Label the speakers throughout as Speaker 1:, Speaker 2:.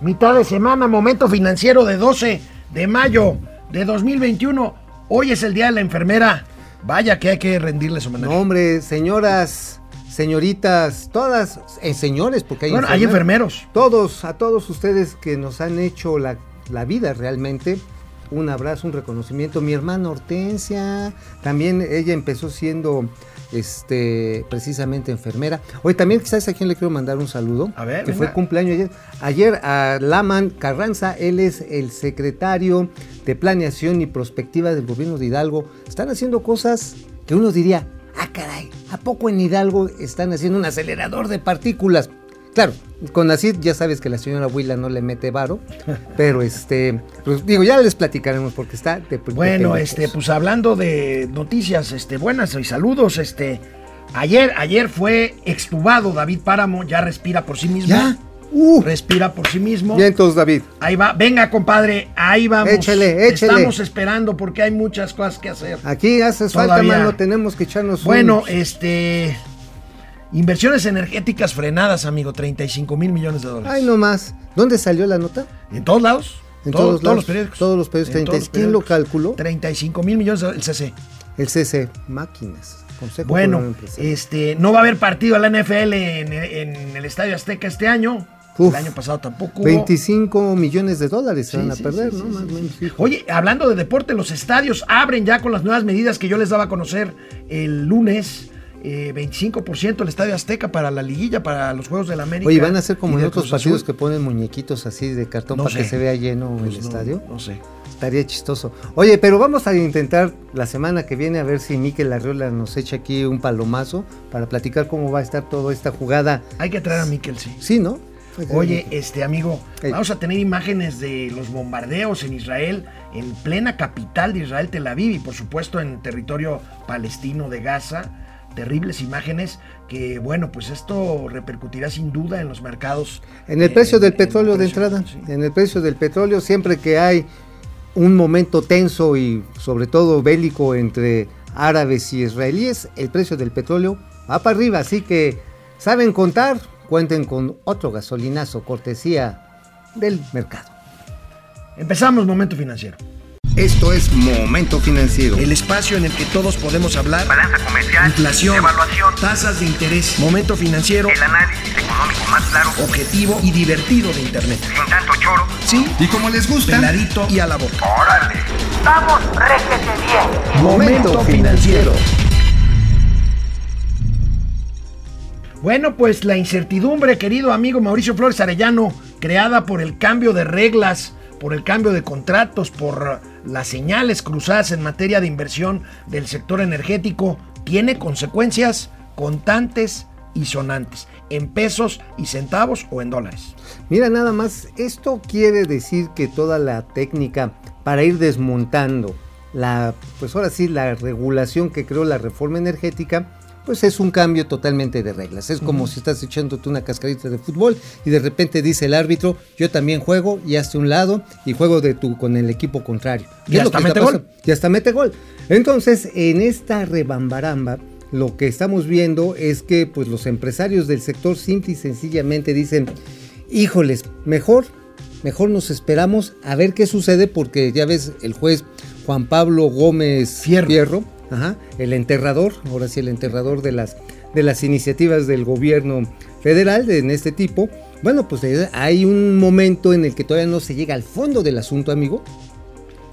Speaker 1: Mitad de semana, momento financiero de 12 de mayo de 2021. Hoy es el Día de la Enfermera. Vaya que hay que rendirles homenaje.
Speaker 2: No, hombre, señoras, señoritas, todas, eh, señores, porque hay,
Speaker 1: bueno, hay enfermeros.
Speaker 2: Todos, a todos ustedes que nos han hecho la, la vida realmente. Un abrazo, un reconocimiento. Mi hermana Hortensia, también ella empezó siendo este, precisamente enfermera. Hoy también quizás a quien le quiero mandar un saludo,
Speaker 1: A ver,
Speaker 2: que
Speaker 1: venga.
Speaker 2: fue cumpleaños ayer. Ayer a Laman Carranza, él es el secretario de Planeación y Prospectiva del gobierno de Hidalgo. Están haciendo cosas que uno diría, ah caray, ¿a poco en Hidalgo están haciendo un acelerador de partículas? Claro, con Nacid ya sabes que la señora Huila no le mete varo, pero este, pues, digo, ya les platicaremos porque está de de
Speaker 1: Bueno,
Speaker 2: pendejos.
Speaker 1: este, pues hablando de noticias este, buenas y saludos, este. Ayer, ayer fue extubado David Páramo, ya respira por sí mismo.
Speaker 2: ya, uh,
Speaker 1: Respira por sí mismo.
Speaker 2: ya entonces David.
Speaker 1: Ahí va, venga compadre, ahí vamos.
Speaker 2: Échele, échele.
Speaker 1: Estamos esperando porque hay muchas cosas que hacer.
Speaker 2: Aquí haces falta,
Speaker 1: Todavía.
Speaker 2: mano. Tenemos que echarnos
Speaker 1: Bueno,
Speaker 2: unos-
Speaker 1: este. Inversiones energéticas frenadas, amigo, 35 mil millones de dólares.
Speaker 2: Ay, no más. ¿Dónde salió la nota?
Speaker 1: En todos lados.
Speaker 2: En
Speaker 1: todo-
Speaker 2: todos lados,
Speaker 1: los periódicos.
Speaker 2: todos los periódicos,
Speaker 1: En
Speaker 2: 30. ¿Quién lo calculó?
Speaker 1: 35 mil millones de dólares, el CC.
Speaker 2: El CC, máquinas. Consejo
Speaker 1: Bueno,
Speaker 2: Coronel Empresarial.
Speaker 1: este, no va a haber partido a la NFL en, en el Estadio Azteca este año.
Speaker 2: Uf.
Speaker 1: el año pasado tampoco. hubo.
Speaker 2: 25 millones de dólares
Speaker 1: Sí,
Speaker 2: se van a
Speaker 1: sí,
Speaker 2: perder,
Speaker 1: sí,
Speaker 2: ¿no?
Speaker 1: sí,
Speaker 2: Más o
Speaker 1: sí,
Speaker 2: menos,
Speaker 1: sí.
Speaker 2: sí.
Speaker 1: Oye, hablando de deporte, los estadios abren ya con las nuevas medidas que yo les daba a conocer el lunes. eh, 25% el Estadio Azteca para la liguilla, para los Juegos del América.
Speaker 2: Oye, van a ser
Speaker 1: y
Speaker 2: como en
Speaker 1: de
Speaker 2: otros
Speaker 1: Cruz
Speaker 2: partidos
Speaker 1: Azul.
Speaker 2: que ponen muñequitos así de cartón
Speaker 1: No
Speaker 2: para que
Speaker 1: sé.
Speaker 2: se vea lleno
Speaker 1: Pues
Speaker 2: el
Speaker 1: no,
Speaker 2: estadio.
Speaker 1: No sé.
Speaker 2: Estaría chistoso. Oye, pero vamos a intentar la semana que viene a ver si Miquel Arriola nos echa aquí un palomazo para platicar cómo va a estar toda esta jugada.
Speaker 1: Hay que traer a Mikel, sí.
Speaker 2: Sí, ¿no?
Speaker 1: Oye, este amigo,
Speaker 2: Ey.
Speaker 1: vamos a tener imágenes de los bombardeos en Israel, en plena capital de Israel, Tel Aviv, y por supuesto en territorio palestino de Gaza. Terribles imágenes que, bueno, pues esto repercutirá sin duda en los mercados.
Speaker 2: En el
Speaker 1: eh,
Speaker 2: precio del
Speaker 1: en el
Speaker 2: petróleo de
Speaker 1: precio,
Speaker 2: entrada,
Speaker 1: sí.
Speaker 2: en el precio del petróleo, siempre que hay un momento tenso y sobre todo bélico entre árabes y israelíes, el precio del petróleo va para arriba. Así que, ¿saben contar? Cuenten con otro gasolinazo, cortesía del mercado.
Speaker 1: Empezamos Momento Financiero.
Speaker 2: Esto es Momento Financiero.
Speaker 1: El espacio en el que todos podemos hablar.
Speaker 3: balanza comercial,
Speaker 1: Inflación,
Speaker 3: evaluación,
Speaker 1: tasas de interés, momento financiero,
Speaker 3: el análisis económico más claro,
Speaker 1: objetivo y divertido de Internet.
Speaker 3: sin tanto choro.
Speaker 1: Sí,
Speaker 4: Y como les gusta,
Speaker 1: peladito y a la boca.
Speaker 3: ¡Órale! ¡Vamos, réjete bien!
Speaker 1: Momento financiero. Bueno, pues la incertidumbre, querido amigo Mauricio Flores Arellano, creada por el cambio de reglas, por el cambio de contratos, por las señales cruzadas en materia de inversión del sector energético, tiene consecuencias contantes y sonantes, en pesos y centavos o en dólares.
Speaker 2: Mira nada más, esto quiere decir que toda la técnica para ir desmontando la, pues ahora sí, la regulación que creó la reforma energética, pues es un cambio totalmente de reglas. Es como si estás echándote una cascarita de fútbol y de repente dice el árbitro, yo también juego y hazte un lado y juego de tu con el equipo contrario.
Speaker 1: Y
Speaker 2: ¿Qué es lo
Speaker 1: hasta
Speaker 2: que está
Speaker 1: mete gol.
Speaker 2: pasando? y hasta mete gol. Entonces, en esta rebambaramba, lo que estamos viendo es que pues, los empresarios del sector simple y sencillamente dicen, híjoles, mejor, mejor nos esperamos a ver qué sucede porque ya ves, el juez Juan Pablo Gómez
Speaker 1: Fierro.
Speaker 2: ajá, el enterrador, ahora sí el enterrador de las, de las iniciativas del gobierno federal de- en este tipo, bueno, pues eh, hay un momento en el que todavía no se llega al fondo del asunto, amigo,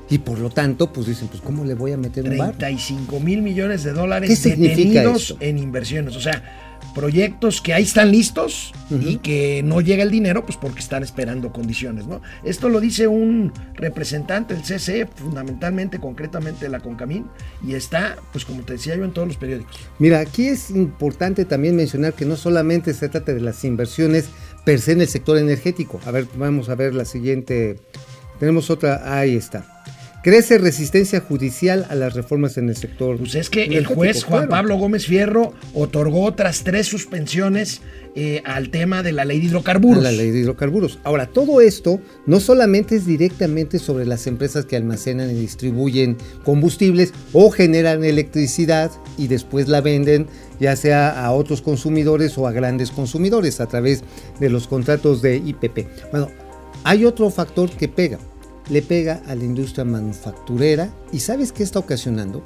Speaker 2: y por lo tanto, pues dicen, pues ¿cómo le voy a meter un bar?
Speaker 1: 35 mil millones de dólares
Speaker 2: ¿Qué significa
Speaker 1: detenidos
Speaker 2: eso?
Speaker 1: en inversiones. O sea, proyectos que ahí están listos y que no llega el dinero, pues porque están esperando condiciones, ¿no? Esto lo dice un representante del CCE, fundamentalmente, concretamente de la Concamín, y está, pues como te decía yo, en todos los periódicos.
Speaker 2: Mira, aquí es importante también mencionar que no solamente se trata de las inversiones per se en el sector energético. A ver, vamos a ver la siguiente. Tenemos otra, ahí está. Crece resistencia judicial a las reformas en el sector.
Speaker 1: Pues es que el
Speaker 2: energético,
Speaker 1: juez Juan
Speaker 2: claro.
Speaker 1: Pablo Gómez Fierro otorgó otras tres suspensiones eh, al tema de la ley de hidrocarburos.
Speaker 2: La ley de hidrocarburos. Ahora, todo esto no solamente es directamente sobre las empresas que almacenan y distribuyen combustibles o generan electricidad y después la venden ya sea a otros consumidores o a grandes consumidores a través de los contratos de IPP. Bueno, Hay otro factor que pega. Le pega a la industria manufacturera y ¿sabes qué está ocasionando?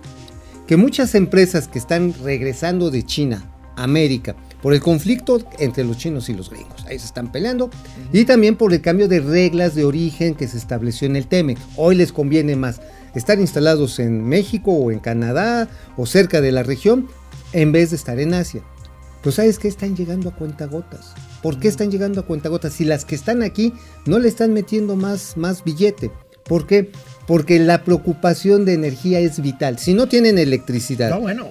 Speaker 2: Que muchas empresas que están regresando de China a América por el conflicto entre los chinos y los gringos, ahí se están peleando, y también por el cambio de reglas de origen que se estableció en el TEMEC. Hoy les conviene más estar instalados en México o en Canadá o cerca de la región en vez de estar en Asia. Pues sabes que están llegando a cuentagotas. ¿Por qué están llegando a cuentagotas? Si las que están aquí no le están metiendo más, más billete. ¿Por qué? Porque la preocupación de energía es vital. Si no tienen electricidad.
Speaker 1: No, bueno,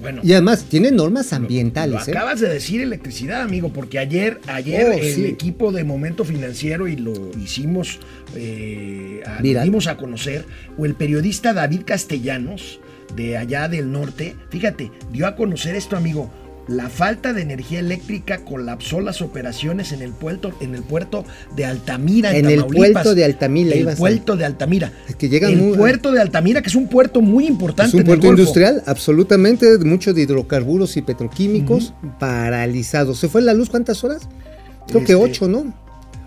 Speaker 1: bueno.
Speaker 2: Y además tienen normas
Speaker 1: Lo
Speaker 2: ambientales. ¿eh?
Speaker 1: acabas de decir electricidad, amigo, porque ayer, ayer
Speaker 2: Oh,
Speaker 1: el
Speaker 2: sí.
Speaker 1: equipo de Momento Financiero y lo hicimos, eh, a-
Speaker 2: Viral.
Speaker 1: dimos a conocer, o el periodista David Castellanos, de allá del norte, fíjate, dio a conocer esto, amigo. La falta de energía eléctrica colapsó las operaciones en el puerto, en el puerto de Altamira.
Speaker 2: En el
Speaker 1: Tamaulipas.
Speaker 2: puerto de Altamira,
Speaker 1: El
Speaker 2: ibas a-
Speaker 1: puerto de Altamira.
Speaker 2: Es que llegan
Speaker 1: el
Speaker 2: muy-
Speaker 1: puerto de Altamira, que es un puerto muy importante.
Speaker 2: Es un
Speaker 1: en el
Speaker 2: puerto
Speaker 1: Golfo.
Speaker 2: industrial, absolutamente, mucho de hidrocarburos y petroquímicos, paralizado. ¿Se fue la luz cuántas horas? Creo
Speaker 1: Este,
Speaker 2: que ocho, ¿no?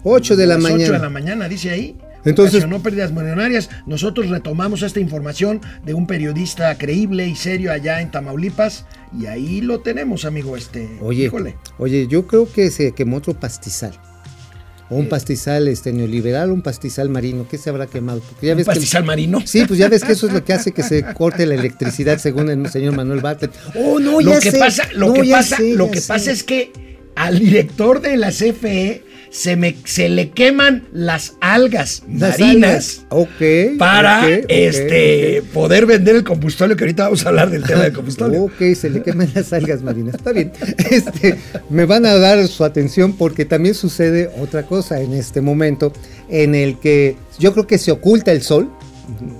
Speaker 2: Ocho de la
Speaker 1: las
Speaker 2: mañana.
Speaker 1: ocho de la mañana, dice ahí.
Speaker 2: Entonces-
Speaker 1: Entonces, no pérdidas millonarias. Nosotros retomamos esta información de un periodista creíble y serio allá en Tamaulipas. Y ahí lo tenemos, amigo. Este,
Speaker 2: Oye,
Speaker 1: híjole.
Speaker 2: oye, yo creo que se quemó otro pastizal. O
Speaker 1: Eh.
Speaker 2: un pastizal este, neoliberal o un pastizal marino. ¿Qué se habrá quemado? Porque ya
Speaker 1: Un
Speaker 2: ves que-
Speaker 1: pastizal marino.
Speaker 2: Sí, pues ya ves que eso es lo que hace que se corte la electricidad, según el señor Manuel Bartlett. Oh, no,
Speaker 1: lo
Speaker 2: ya
Speaker 1: que
Speaker 2: sé.
Speaker 1: pasa, lo
Speaker 2: No,
Speaker 1: que
Speaker 2: ya
Speaker 1: pasa,
Speaker 2: sé,
Speaker 1: lo
Speaker 2: ya
Speaker 1: que
Speaker 2: sé.
Speaker 1: pasa es que al director de la CFE se, me, se le queman las algas
Speaker 2: Las
Speaker 1: marinas.
Speaker 2: algas. Ok,
Speaker 1: Para
Speaker 2: ok, ok, Oh,
Speaker 1: este poder vender el combustible, que ahorita vamos a hablar del tema del combustible.
Speaker 2: Ok, se le queman las algas marinas. Está bien. Este, me van a dar su atención porque también sucede otra cosa en este momento en el que yo creo que se oculta el sol.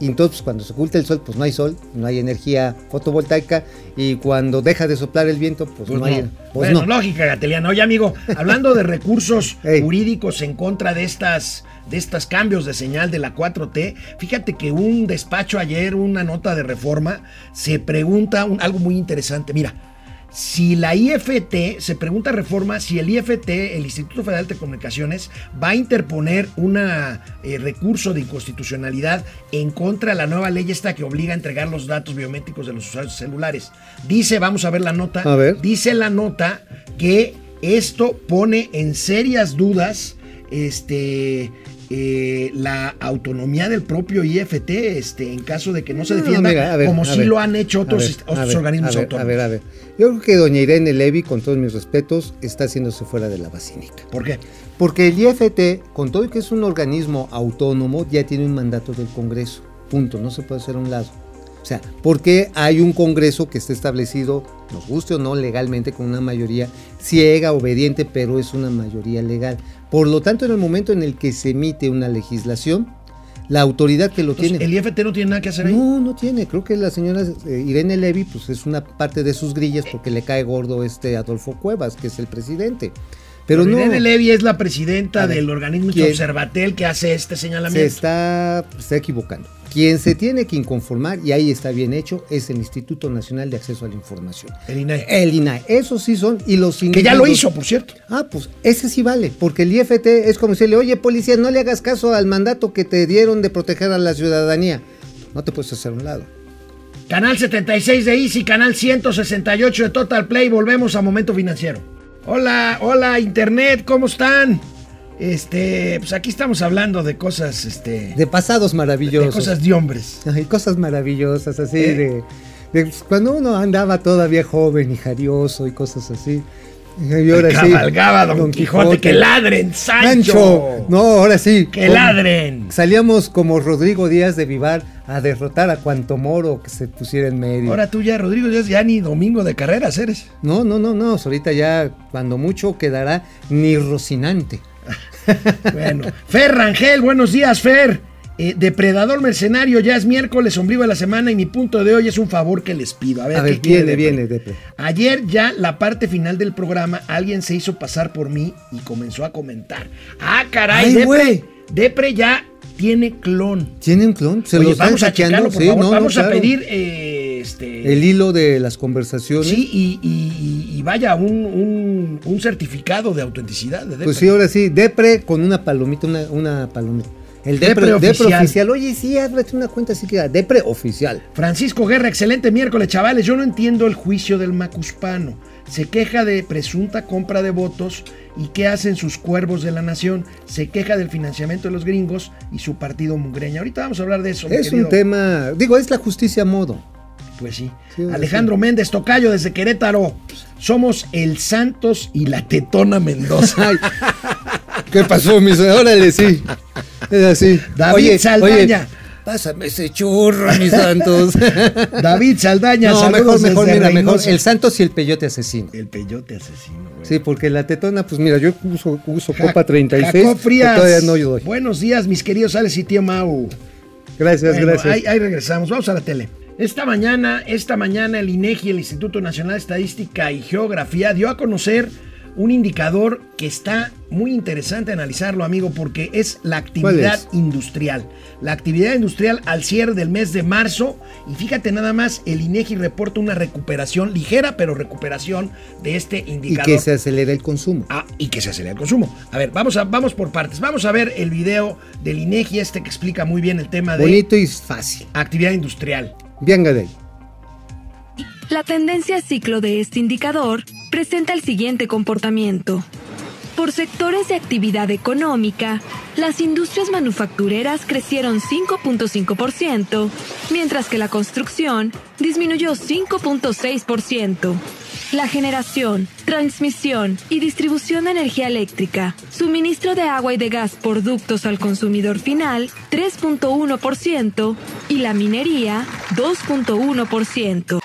Speaker 2: Y entonces pues, cuando se oculta el sol, pues no hay sol, no hay energía fotovoltaica. Y cuando deja de soplar el viento, pues,
Speaker 1: Pues
Speaker 2: no,
Speaker 1: no.
Speaker 2: hay. Pues
Speaker 1: Bueno,
Speaker 2: no.
Speaker 1: lógica gateliana. Oye, amigo, hablando de recursos
Speaker 2: Ey.
Speaker 1: jurídicos en contra de estas de estos cambios de señal de la 4T, fíjate que un despacho ayer, una nota de reforma, se pregunta un- algo muy interesante. Mira, si la IFT, se pregunta reforma si el IFT, el Instituto Federal de Comunicaciones, va a interponer un recurso de inconstitucionalidad en contra de la nueva ley esta que obliga a entregar los datos biométricos de los usuarios celulares. Dice, vamos a ver la nota,
Speaker 2: A ver.
Speaker 1: dice la nota que esto pone en serias dudas este, eh, la autonomía del propio IFT este, en caso de que no se
Speaker 2: No,
Speaker 1: defienda,
Speaker 2: mira, a ver,
Speaker 1: como
Speaker 2: a
Speaker 1: sí
Speaker 2: ver,
Speaker 1: lo han hecho
Speaker 2: a
Speaker 1: otros,
Speaker 2: ver,
Speaker 1: sist- otros
Speaker 2: a ver,
Speaker 1: organismos
Speaker 2: a ver,
Speaker 1: autónomos.
Speaker 2: A ver, a ver. Yo creo que doña Irene Levy, con todos mis respetos, está haciéndose fuera de la basílica.
Speaker 1: ¿Por qué?
Speaker 2: Porque el IFT, con todo y que es un organismo autónomo, ya tiene un mandato del Congreso. Punto, no se puede hacer a un lado. O sea, porque hay un Congreso que está establecido, nos guste o no, legalmente con una mayoría ciega, obediente, pero es una mayoría legal. Por lo tanto, en el momento en el que se emite una legislación, la autoridad que lo
Speaker 1: Entonces,
Speaker 2: tiene...
Speaker 1: ¿El IFT no tiene nada que hacer ahí?
Speaker 2: No, no tiene. Creo que la señora eh, Irene Levy, pues es una parte de sus grillas porque le cae gordo este Adolfo Cuevas, que es el presidente. Pero no.
Speaker 1: Irene Levy es la presidenta
Speaker 2: A ver,
Speaker 1: del organismo
Speaker 2: ¿quién?
Speaker 1: Observatel que hace este
Speaker 2: se
Speaker 1: señalamiento.
Speaker 2: está, se está equivocando. Quien se tiene que inconformar, y ahí está bien hecho, es el Instituto Nacional de Acceso a la Información.
Speaker 1: el INAI.
Speaker 2: El INAI. Esos sí son, y los
Speaker 1: que ya lo
Speaker 2: individuos-
Speaker 1: hizo, por cierto.
Speaker 2: Ah, pues ese sí vale, porque el IFT es como decirle, oye policía, no le hagas caso al mandato que te dieron de proteger a la ciudadanía. No te puedes hacer a un lado.
Speaker 1: Canal 76 de Easy, canal 168 de Total Play. Volvemos a Momento Financiero. Hola, hola Internet, ¿cómo están? Este, pues aquí estamos hablando de cosas, este, de,
Speaker 2: De pasados maravillosos.
Speaker 1: cosas de hombres.
Speaker 2: Hay cosas maravillosas así
Speaker 1: Eh.
Speaker 2: de, de, pues, cuando uno andaba todavía joven y jarioso y cosas así. Y ahora
Speaker 1: Que
Speaker 2: sí,
Speaker 1: Cabalgaba Don, Quijote, que ladren, Sancho.
Speaker 2: Sancho. No, ahora sí.
Speaker 1: Que
Speaker 2: Con-
Speaker 1: ladren.
Speaker 2: Salíamos como Rodrigo Díaz de Vivar a derrotar a cuanto moro que se pusiera en medio.
Speaker 1: Ahora tú ya, Rodrigo, ya, ya ni domingo de carreras eres.
Speaker 2: No, no, no, no. Ahorita ya, cuando mucho, quedará ni Rocinante.
Speaker 1: Bueno, Fer Rangel, buenos días, Fer. Eh, depredador mercenario, ya es miércoles, ombligo de la semana y mi punto de hoy es un favor que les pido. A ver,
Speaker 2: A ver,
Speaker 1: ¿qué quiere
Speaker 2: viene,
Speaker 1: Depre?
Speaker 2: viene, Depre.
Speaker 1: Ayer ya la parte final del programa, alguien se hizo pasar por mí y comenzó a comentar. Ah, caray,
Speaker 2: Ay,
Speaker 1: Depre,
Speaker 2: güey.
Speaker 1: Depre ya tiene clon.
Speaker 2: ¿Tiene un clon? ¿Se
Speaker 1: Oye,
Speaker 2: los van
Speaker 1: vamos a
Speaker 2: saqueando?
Speaker 1: checarlo, por
Speaker 2: Sí,
Speaker 1: favor.
Speaker 2: no, no,
Speaker 1: vamos a
Speaker 2: claro.
Speaker 1: pedir eh, Este,
Speaker 2: El hilo de las conversaciones.
Speaker 1: sí, y, y- y- y vaya, un, un- un certificado de autenticidad. de
Speaker 2: Pues
Speaker 1: DPRE.
Speaker 2: sí, ahora sí, Depre con una palomita, una, una palomita. El Depre,
Speaker 1: Depre
Speaker 2: Depre oficial.
Speaker 1: oficial.
Speaker 2: Oye, sí, ábrete una cuenta así que diga Depre oficial.
Speaker 1: Francisco Guerra, excelente miércoles, chavales. Yo no entiendo el juicio del macuspano. Se queja de presunta compra de votos y qué hacen sus cuervos de la nación. Se queja del financiamiento de los gringos y su partido mugreña. Ahorita vamos a hablar de eso. mi
Speaker 2: Es
Speaker 1: querido.
Speaker 2: un tema, digo, es la justicia a modo.
Speaker 1: Pues sí.
Speaker 2: Sí, ahora
Speaker 1: Alejandro Méndez Tocayo desde Querétaro. Somos el Santos y la Tetona Mendoza.
Speaker 2: Ay, ¿Qué pasó, mis? Órale, sí. Es así.
Speaker 1: David Saldaña.
Speaker 2: pásame ese churro, mis santos.
Speaker 1: David Saldaña,
Speaker 2: no, mejor,
Speaker 1: saludos
Speaker 2: mejor,
Speaker 1: desde
Speaker 2: mira, mejor.
Speaker 1: Reynosa.
Speaker 2: El santos y el peyote asesino.
Speaker 1: El peyote asesino. güey.
Speaker 2: Sí, porque la tetona, pues mira, yo uso, uso
Speaker 1: Ja-
Speaker 2: copa 36.
Speaker 1: Jacob
Speaker 2: que
Speaker 1: Frías.
Speaker 2: Todavía no yo doy.
Speaker 1: Buenos días, mis queridos Alex y tío Mau.
Speaker 2: Gracias,
Speaker 1: Bueno,
Speaker 2: gracias.
Speaker 1: Ahí, ahí regresamos. Vamos a la tele. Esta mañana, esta mañana el INEGI, el Instituto Nacional de Estadística y Geografía, dio a conocer un indicador que está muy interesante analizarlo, amigo, porque es la actividad
Speaker 2: es?
Speaker 1: industrial. La actividad industrial al cierre del mes de marzo. Y fíjate nada más, el INEGI reporta una recuperación ligera, pero recuperación de este
Speaker 2: y
Speaker 1: indicador.
Speaker 2: que se acelera el consumo.
Speaker 1: Ah, y que se acelera el consumo. A ver, vamos, a, vamos por partes. Vamos a ver el video del INEGI, este que explica muy bien el tema de
Speaker 2: Bonito y fácil.
Speaker 1: actividad industrial.
Speaker 2: Bien, Gadel.
Speaker 4: La tendencia ciclo de este indicador presenta el siguiente comportamiento. Por sectores de actividad económica, las industrias manufactureras crecieron 5.5%, mientras que la construcción disminuyó 5.6%. La generación, transmisión y distribución de energía eléctrica, suministro de agua y de gas por ductos al consumidor final 3.1% y la minería 2.1%.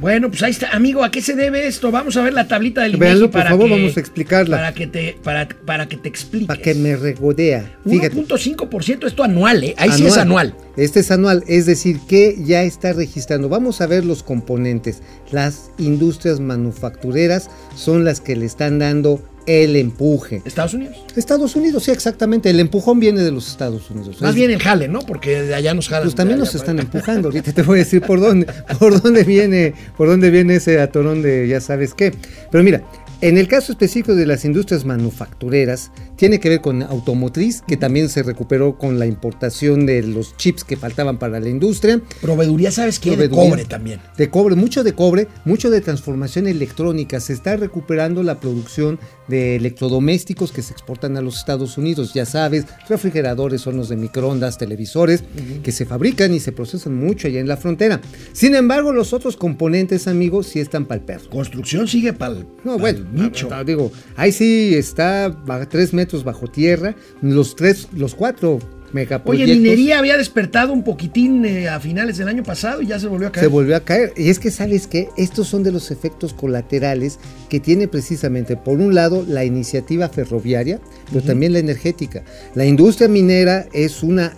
Speaker 1: Bueno, pues ahí está. Amigo, ¿a qué se debe esto? Vamos a ver la tablita del E INEGI.
Speaker 2: Véanlo, por favor, vamos a explicarla.
Speaker 1: Para que te, para, para que te expliques.
Speaker 2: Para que me regodea. Fíjate.
Speaker 1: 1.5% esto anual, ¿eh? Ahí sí es anual.
Speaker 2: Este es anual, es decir, que ya está registrando. Vamos a ver los componentes. Las industrias manufactureras son las que le están dando el empuje.
Speaker 1: Estados Unidos.
Speaker 2: Estados Unidos, sí, exactamente. El empujón viene de los Estados Unidos.
Speaker 1: Más
Speaker 2: Es-
Speaker 1: bien el jale, ¿no? Porque de allá nos jalan.
Speaker 2: Pues también
Speaker 1: de
Speaker 2: nos
Speaker 1: allá
Speaker 2: están
Speaker 1: para-
Speaker 2: empujando. Ahorita te voy a decir por dónde, por dónde viene, por dónde viene ese atorón de ya sabes qué. Pero mira, en el caso específico de las industrias manufactureras, tiene que ver con automotriz, que también se recuperó con la importación de los chips que faltaban para la industria.
Speaker 1: Proveeduría, ¿sabes qué? De
Speaker 2: Proveeduría.
Speaker 1: cobre también.
Speaker 2: De cobre, mucho de cobre, mucho de transformación electrónica. Se está recuperando la producción de electrodomésticos que se exportan a los Estados Unidos. Ya sabes, refrigeradores, hornos de microondas, televisores, que se fabrican y se procesan mucho allá en la frontera. Sin embargo, los otros componentes, amigos, sí están para el perro.
Speaker 1: Construcción sigue para el
Speaker 2: No, bueno,
Speaker 1: nicho.
Speaker 2: ah, digo, ahí sí está a tres metros bajo tierra, los tres, los cuatro
Speaker 1: Oye,
Speaker 2: megaproyectos.
Speaker 1: minería había despertado un poquitín eh, a finales del año pasado y ya se volvió a caer.
Speaker 2: Se volvió a caer. Y es que, ¿sabes qué? Estos son de los efectos colaterales que tiene precisamente, por un lado, la iniciativa ferroviaria, pero también la energética. La industria minera es una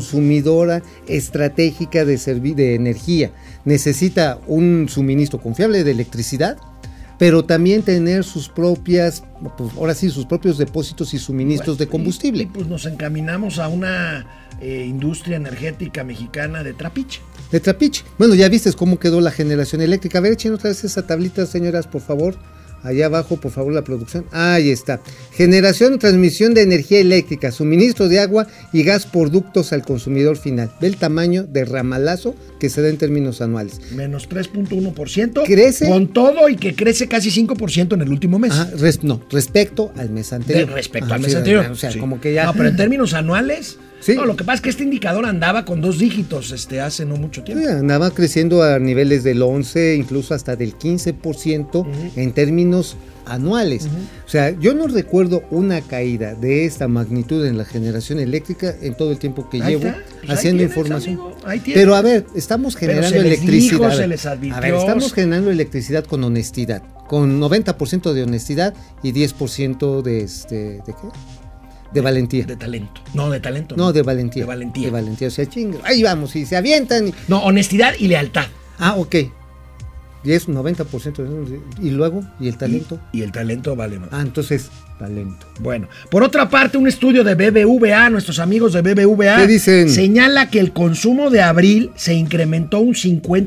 Speaker 2: consumidora estratégica de, servi- de energía. Necesita un suministro confiable de electricidad, pero también tener sus propias, pues, ahora sí, sus propios depósitos y suministros de combustible.
Speaker 1: Y, y, pues nos encaminamos a una eh, industria energética mexicana de trapiche.
Speaker 2: de Trapiche. Bueno, ya viste cómo quedó la generación eléctrica. A ver, echen otra vez esa tablita, señoras, por favor. Allá abajo, por favor, la producción. Ahí está. Generación, transmisión de energía eléctrica, suministro de agua y gas por ductos al consumidor final. Ve el tamaño de ramalazo que se da en términos anuales.
Speaker 1: Menos 3.1%.
Speaker 2: Crece.
Speaker 1: Con todo y que crece casi 5% en el último mes.
Speaker 2: Ajá, res- no, respecto al mes
Speaker 1: Pues, De-
Speaker 2: anterior.
Speaker 1: respecto
Speaker 2: Ajá,
Speaker 1: al
Speaker 2: sí,
Speaker 1: mes anterior.
Speaker 2: O sea,
Speaker 1: Sí.
Speaker 2: como que ya.
Speaker 1: No, pero en términos anuales.
Speaker 2: Sí.
Speaker 1: No, lo que pasa es que este indicador andaba con dos dígitos este, hace no mucho tiempo.
Speaker 2: Sí, andaba creciendo a niveles del 11, incluso hasta del 15% en términos anuales. O sea, yo no recuerdo una caída de esta magnitud en la generación eléctrica en todo el tiempo que
Speaker 1: Ahí
Speaker 2: llevo
Speaker 1: está. Pues ahí
Speaker 2: haciendo
Speaker 1: tienes,
Speaker 2: información.
Speaker 1: amigo, ahí tienes.
Speaker 2: Pero a ver, estamos
Speaker 1: Pero
Speaker 2: generando
Speaker 1: se les
Speaker 2: electricidad.
Speaker 1: dijo,
Speaker 2: a ver,
Speaker 1: se les
Speaker 2: a ver,
Speaker 1: advirtió.
Speaker 2: estamos generando electricidad con honestidad, con 90% de honestidad y 10% de este ¿de qué? De valentía.
Speaker 1: De talento. No, de talento.
Speaker 2: no, de valentía.
Speaker 1: De valentía.
Speaker 2: De valentía, o sea, chingo. Ahí vamos, y se avientan. y-
Speaker 1: No, honestidad y lealtad.
Speaker 2: Ah, ok. Y es 90% de- Y luego, ¿y el talento?
Speaker 1: Y el talento vale más.
Speaker 2: Ah, entonces, talento.
Speaker 1: Bueno, por otra parte, un estudio de BBVA, nuestros amigos de BBVA,
Speaker 2: ¿Qué dicen?
Speaker 1: señala que el consumo de abril se incrementó un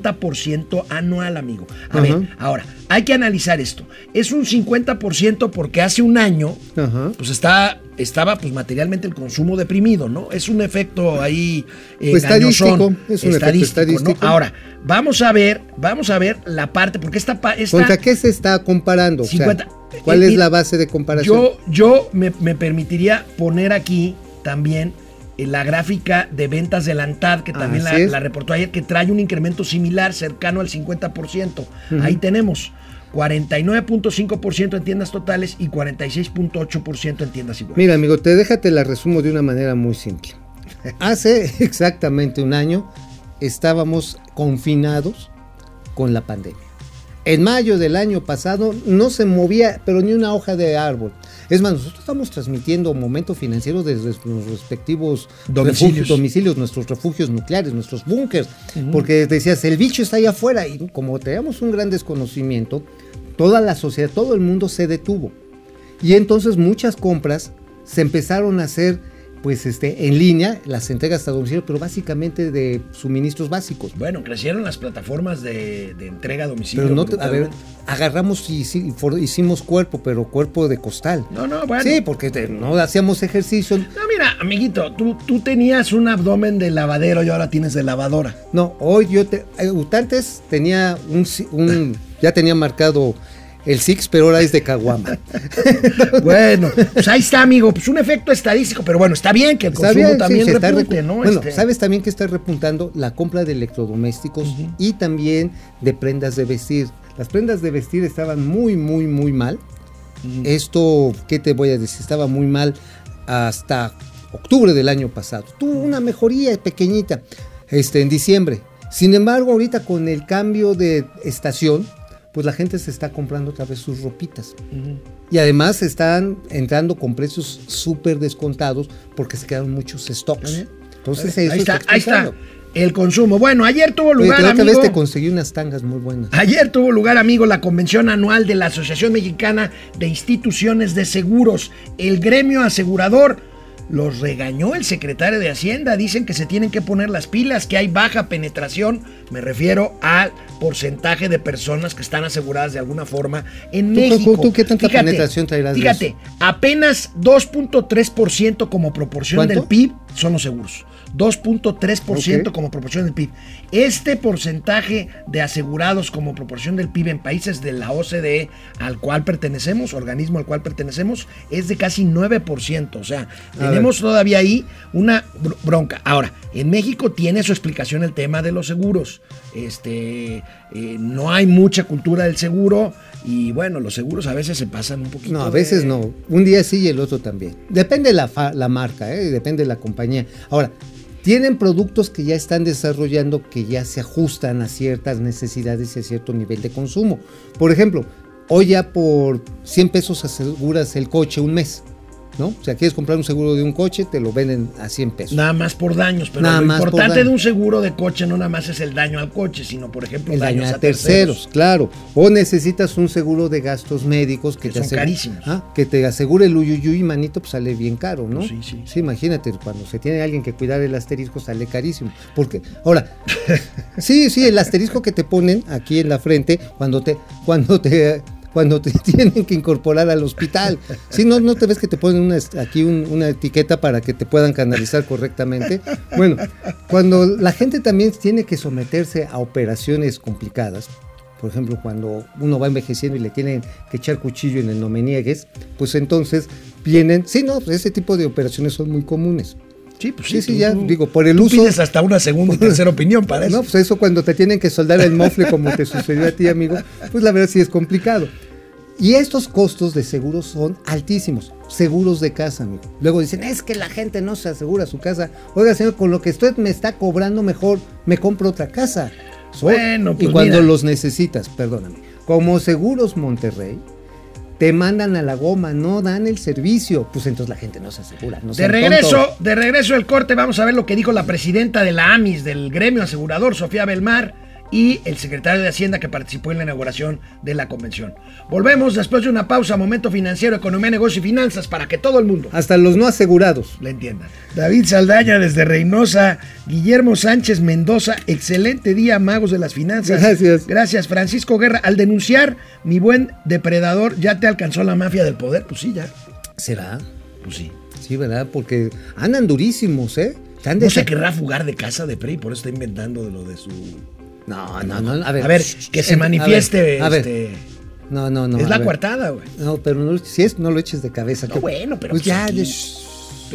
Speaker 1: 50% anual, amigo. A
Speaker 2: Ajá.
Speaker 1: ver, ahora, hay que analizar esto. Es un 50% porque hace un año,
Speaker 2: Ajá.
Speaker 1: pues está, estaba pues materialmente el consumo deprimido, ¿no? Es un efecto ahí eh,
Speaker 2: Pues estadístico,
Speaker 1: engañosón,
Speaker 2: es un efecto
Speaker 1: ¿no?
Speaker 2: estadístico.
Speaker 1: Ahora, vamos a ver, vamos a ver la parte, porque esta... pa- esta
Speaker 2: ¿Contra qué se está comparando? O sea,
Speaker 1: 50.
Speaker 2: ¿Cuál
Speaker 1: Eh,
Speaker 2: es
Speaker 1: eh,
Speaker 2: la base de comparación?
Speaker 1: Yo, yo me, me permitiría poner aquí también eh, la gráfica de ventas de la ANTAD, que también la,
Speaker 2: Así es.
Speaker 1: la reportó ayer, que trae un incremento similar, cercano al 50%. Ahí tenemos 49.5% en tiendas totales y 46.8% en tiendas iguales.
Speaker 2: Mira, amigo, te déjate la resumo de una manera muy simple. Hace exactamente un año estábamos confinados con la pandemia. En mayo del año pasado no se movía, pero ni una hoja de árbol. Es más, nosotros estamos transmitiendo momento financiero desde nuestros respectivos
Speaker 1: Domicilios.
Speaker 2: refugios, domicilios, nuestros refugios nucleares, nuestros búnkers, porque decías, el bicho está allá afuera y como teníamos un gran desconocimiento, toda la sociedad, todo el mundo se detuvo. Y entonces muchas compras se empezaron a hacer pues este en línea, las entregas a domicilio, pero básicamente de suministros básicos.
Speaker 1: Bueno, crecieron las plataformas de, de entrega a domicilio.
Speaker 2: Pero no, te- a ver,
Speaker 1: brutalmente.
Speaker 2: agarramos y hici- for- hicimos cuerpo, pero cuerpo de costal.
Speaker 1: No, no, bueno.
Speaker 2: Sí, porque te- no hacíamos ejercicio.
Speaker 1: No, mira, amiguito, tú, tú tenías un abdomen de lavadero y ahora tienes de lavadora.
Speaker 2: No, hoy yo te, eh, antes tenía un, si- un- ya tenía marcado el six, pero ahora es de caguama.
Speaker 1: Bueno, pues ahí está, amigo. Pues un efecto estadístico, pero bueno, está bien que el
Speaker 2: Está
Speaker 1: consumo
Speaker 2: bien, sí,
Speaker 1: también
Speaker 2: se está
Speaker 1: repunte,
Speaker 2: recu-
Speaker 1: ¿no?
Speaker 2: Bueno,
Speaker 1: Este,
Speaker 2: sabes también que está repuntando la compra de electrodomésticos y también de prendas de vestir. Las prendas de vestir estaban muy, muy, muy mal. Esto, ¿qué te voy a decir? Estaba muy mal hasta octubre del año pasado. Tuvo una mejoría pequeñita este, en diciembre. Sin embargo, ahorita con el cambio de estación, pues la gente se está comprando otra vez sus ropitas. Y además están entrando con precios súper descontados porque se quedaron muchos stocks. Entonces eso
Speaker 1: ahí está,
Speaker 2: está
Speaker 1: ahí está.
Speaker 2: explicando.
Speaker 1: El consumo. Bueno, ayer tuvo
Speaker 2: Oye,
Speaker 1: lugar,
Speaker 2: la otra vez
Speaker 1: amigo.
Speaker 2: te este conseguí unas tangas muy buenas.
Speaker 1: Ayer tuvo lugar, amigo, la convención anual de la Asociación Mexicana de Instituciones de Seguros. El gremio asegurador los regañó el secretario de Hacienda. Dicen que se tienen que poner las pilas, que hay baja penetración. Me refiero al porcentaje de personas que están aseguradas de alguna forma en
Speaker 2: ¿Tú,
Speaker 1: México.
Speaker 2: tú, tú, qué tanta penetración traerás de
Speaker 1: Fíjate,
Speaker 2: eso?
Speaker 1: apenas 2.3% como proporción
Speaker 2: ¿Cuánto?
Speaker 1: del PIB son los seguros. 2.3%
Speaker 2: Ok.
Speaker 1: como proporción del PIB. Este porcentaje de asegurados como proporción del PIB en países de la OCDE E al cual pertenecemos, organismo al cual pertenecemos, es de casi 9%. O sea, tenemos todavía ahí una br- bronca. Ahora, en México tiene su explicación el tema de los seguros. Este, eh, no hay mucha cultura del seguro y bueno, los seguros a veces se pasan un poquito.
Speaker 2: No, a
Speaker 1: de-
Speaker 2: veces no. Un día sí y el otro también. Depende la, fa- la marca, ¿eh? depende la compañía. Ahora, tienen productos que ya están desarrollando que ya se ajustan a ciertas necesidades y a cierto nivel de consumo. Por ejemplo, hoy ya por 100 pesos aseguras el coche un mes. ¿No? O sea, quieres comprar un seguro de un coche, te lo venden a 100 pesos.
Speaker 1: Nada más por daños, pero
Speaker 2: Nada
Speaker 1: lo
Speaker 2: más por
Speaker 1: importante de
Speaker 2: daño.
Speaker 1: un seguro de coche no nada más es el daño al coche, sino por ejemplo
Speaker 2: El daño
Speaker 1: daños
Speaker 2: a terceros, claro. O necesitas un seguro de gastos médicos
Speaker 1: Que
Speaker 2: que, te
Speaker 1: son
Speaker 2: asegu-
Speaker 1: carísimos.
Speaker 2: Ah, que te asegure el uyuyuy, manito, pues sale bien caro, ¿no?
Speaker 1: Sí, sí.
Speaker 2: imagínate, cuando se tiene alguien que cuidar el asterisco sale carísimo. Porque, ahora, sí, sí, el asterisco que te ponen aquí en la frente cuando te, cuando te, cuando te tienen que incorporar al hospital. Si no, no te ves que te ponen una, est- aquí un- una etiqueta para que te puedan canalizar correctamente. Bueno, cuando la gente también tiene que someterse a operaciones complicadas, por ejemplo, cuando uno va envejeciendo y le tienen que echar cuchillo en el no me niegues, pues entonces vienen, sí, no, pues ese tipo de operaciones son muy comunes.
Speaker 1: Sí, pues
Speaker 2: Sí, sí,
Speaker 1: tú-
Speaker 2: ya,
Speaker 1: tú-
Speaker 2: digo, por el
Speaker 1: tú
Speaker 2: uso-
Speaker 1: pides hasta una segunda y tercera opinión para eso.
Speaker 2: No, pues eso cuando te tienen que soldar el mofle como te sucedió a ti, amigo, pues la verdad sí es complicado. Y estos costos de seguros son altísimos. Seguros de casa, amigo. Luego dicen, es que la gente no se asegura su casa. Oiga, señor, con lo que usted me está cobrando mejor, me compro otra casa. So-
Speaker 1: Bueno, pues
Speaker 2: Y cuando
Speaker 1: mira.
Speaker 2: los necesitas, perdóname. Como Seguros Monterrey, te mandan a la goma, no dan el servicio. Pues entonces la gente no se asegura. No
Speaker 1: de
Speaker 2: sean
Speaker 1: regreso,
Speaker 2: pues, tontos.
Speaker 1: de regreso el corte, vamos a ver lo que dijo la presidenta de la AMIS, del gremio asegurador, Sofía Belmar, y el secretario de Hacienda que participó en la inauguración de la convención. Volvemos después de una pausa, momento financiero, economía, negocio y finanzas para que todo el mundo
Speaker 2: Hasta los no asegurados.
Speaker 1: la entienda. David Saldaña desde Reynosa, Guillermo Sánchez Mendoza, excelente día, magos de las finanzas.
Speaker 2: Gracias.
Speaker 1: Gracias, Francisco Guerra. Al denunciar, mi buen depredador, ¿ya te alcanzó la mafia del poder? Pues sí, ya.
Speaker 2: ¿Será?
Speaker 1: Pues sí.
Speaker 2: Sí, ¿verdad? Porque andan durísimos, ¿eh? Están
Speaker 1: No se
Speaker 2: desa-
Speaker 1: querrá fugar de casa de Prey, por eso está inventando de lo de su.
Speaker 2: No, no, no. A ver,
Speaker 1: A ver,
Speaker 2: shh,
Speaker 1: que
Speaker 2: shh,
Speaker 1: se
Speaker 2: eh,
Speaker 1: manifieste.
Speaker 2: A ver, a ver.
Speaker 1: este,
Speaker 2: No, no, no.
Speaker 1: es
Speaker 2: a
Speaker 1: la
Speaker 2: ver.
Speaker 1: coartada, güey.
Speaker 2: No, pero no- si es, no lo eches de cabeza.
Speaker 1: No,
Speaker 2: que-
Speaker 1: bueno, pero pues
Speaker 2: Pues ya,
Speaker 1: aquí-
Speaker 2: de- shh,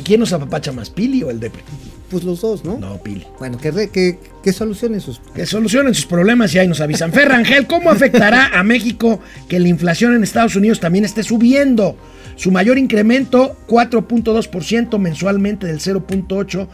Speaker 1: ¿Quién nos apapacha más, Pili o el Depre?
Speaker 2: pues los dos, ¿no?
Speaker 1: No, Pili.
Speaker 2: Bueno, que, re- que, que solucionen sus...
Speaker 1: Que solucionen sus problemas y ahí nos avisan. Ferrangel, ¿cómo afectará a México que la inflación en Estados Unidos también esté subiendo? Su mayor incremento, 4.2% mensualmente del 0.8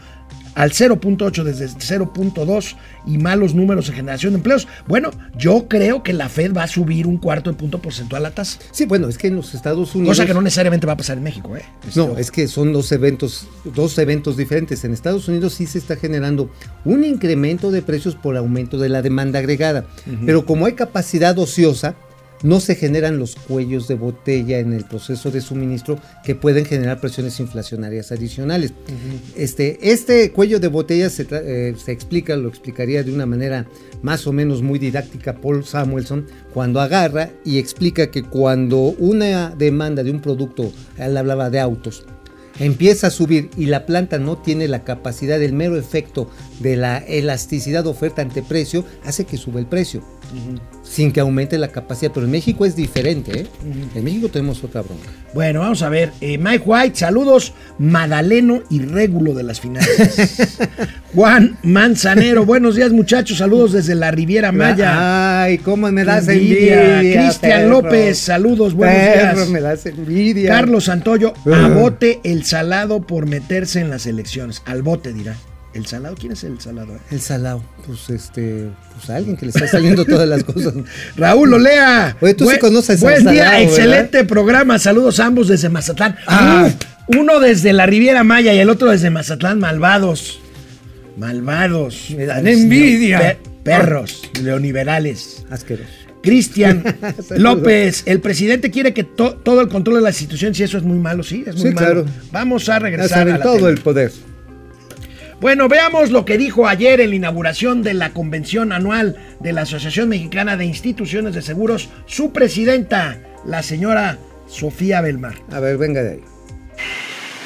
Speaker 1: al 0.8 desde 0.2 y malos números en generación de empleos. Bueno, yo creo que la Fed va a subir un cuarto de punto porcentual la tasa.
Speaker 2: Sí, bueno, es que en los Estados Unidos...
Speaker 1: Cosa que no necesariamente va a pasar en México, ¿eh?
Speaker 2: No, es que son dos eventos, dos eventos diferentes. En Estados Unidos sí se está generando un incremento de precios por aumento de la demanda agregada, pero como hay capacidad ociosa, no se generan los cuellos de botella en el proceso de suministro que pueden generar presiones inflacionarias adicionales. este, este cuello de botella se, tra- eh, se explica, lo explicaría de una manera más o menos muy didáctica Paul Samuelson, cuando agarra y explica que cuando una demanda de un producto, él hablaba de autos, empieza a subir y la planta no tiene la capacidad, el mero efecto de la elasticidad oferta ante precio, hace que suba el precio. Sin que aumente la capacidad, pero en México es diferente. ¿eh? En México tenemos otra bronca.
Speaker 1: Bueno, vamos a ver. Eh, Mike White, saludos. Madaleno y Régulo de las finanzas. Juan Manzanero, buenos días, muchachos. Saludos desde la Riviera Maya.
Speaker 2: Ah, Ay, cómo me das envidia.
Speaker 1: Envidia. Cristian
Speaker 2: perro.
Speaker 1: López, saludos, buenos
Speaker 2: Perro,
Speaker 1: días.
Speaker 2: me das envidia.
Speaker 1: Carlos Santoyo, a
Speaker 2: Ugh.
Speaker 1: bote el salado por meterse en las elecciones. Al bote dirá. ¿El salado? ¿Quién es el salado? eh?
Speaker 2: El salao. Pues este, pues alguien que le está saliendo todas las cosas.
Speaker 1: Raúl Olea.
Speaker 2: Oye, tú sí
Speaker 1: Buen-
Speaker 2: conoces a
Speaker 1: Buen día,
Speaker 2: Salado, ¿verdad?
Speaker 1: excelente programa. Saludos a ambos desde Mazatlán.
Speaker 2: Ah.
Speaker 1: Uf, uno desde la Riviera Maya y el otro desde Mazatlán, malvados. Malvados.
Speaker 2: Me dan envidia.
Speaker 1: Pe- perros, neoliberales.
Speaker 2: Asqueroso.
Speaker 1: Cristian
Speaker 2: Saludos.
Speaker 1: López, el presidente quiere que to- todo el control de la institución, si eso es muy malo, sí, es muy
Speaker 2: Sí,
Speaker 1: malo.
Speaker 2: claro.
Speaker 1: Vamos a
Speaker 2: Ya
Speaker 1: regresar a
Speaker 2: saben
Speaker 1: la
Speaker 2: todo
Speaker 1: tele.
Speaker 2: el poder.
Speaker 1: Bueno, veamos lo que dijo ayer en la inauguración de la convención anual de la Asociación Mexicana de Instituciones de Seguros, su presidenta, la señora Sofía Belmar.
Speaker 2: A ver, venga de ahí.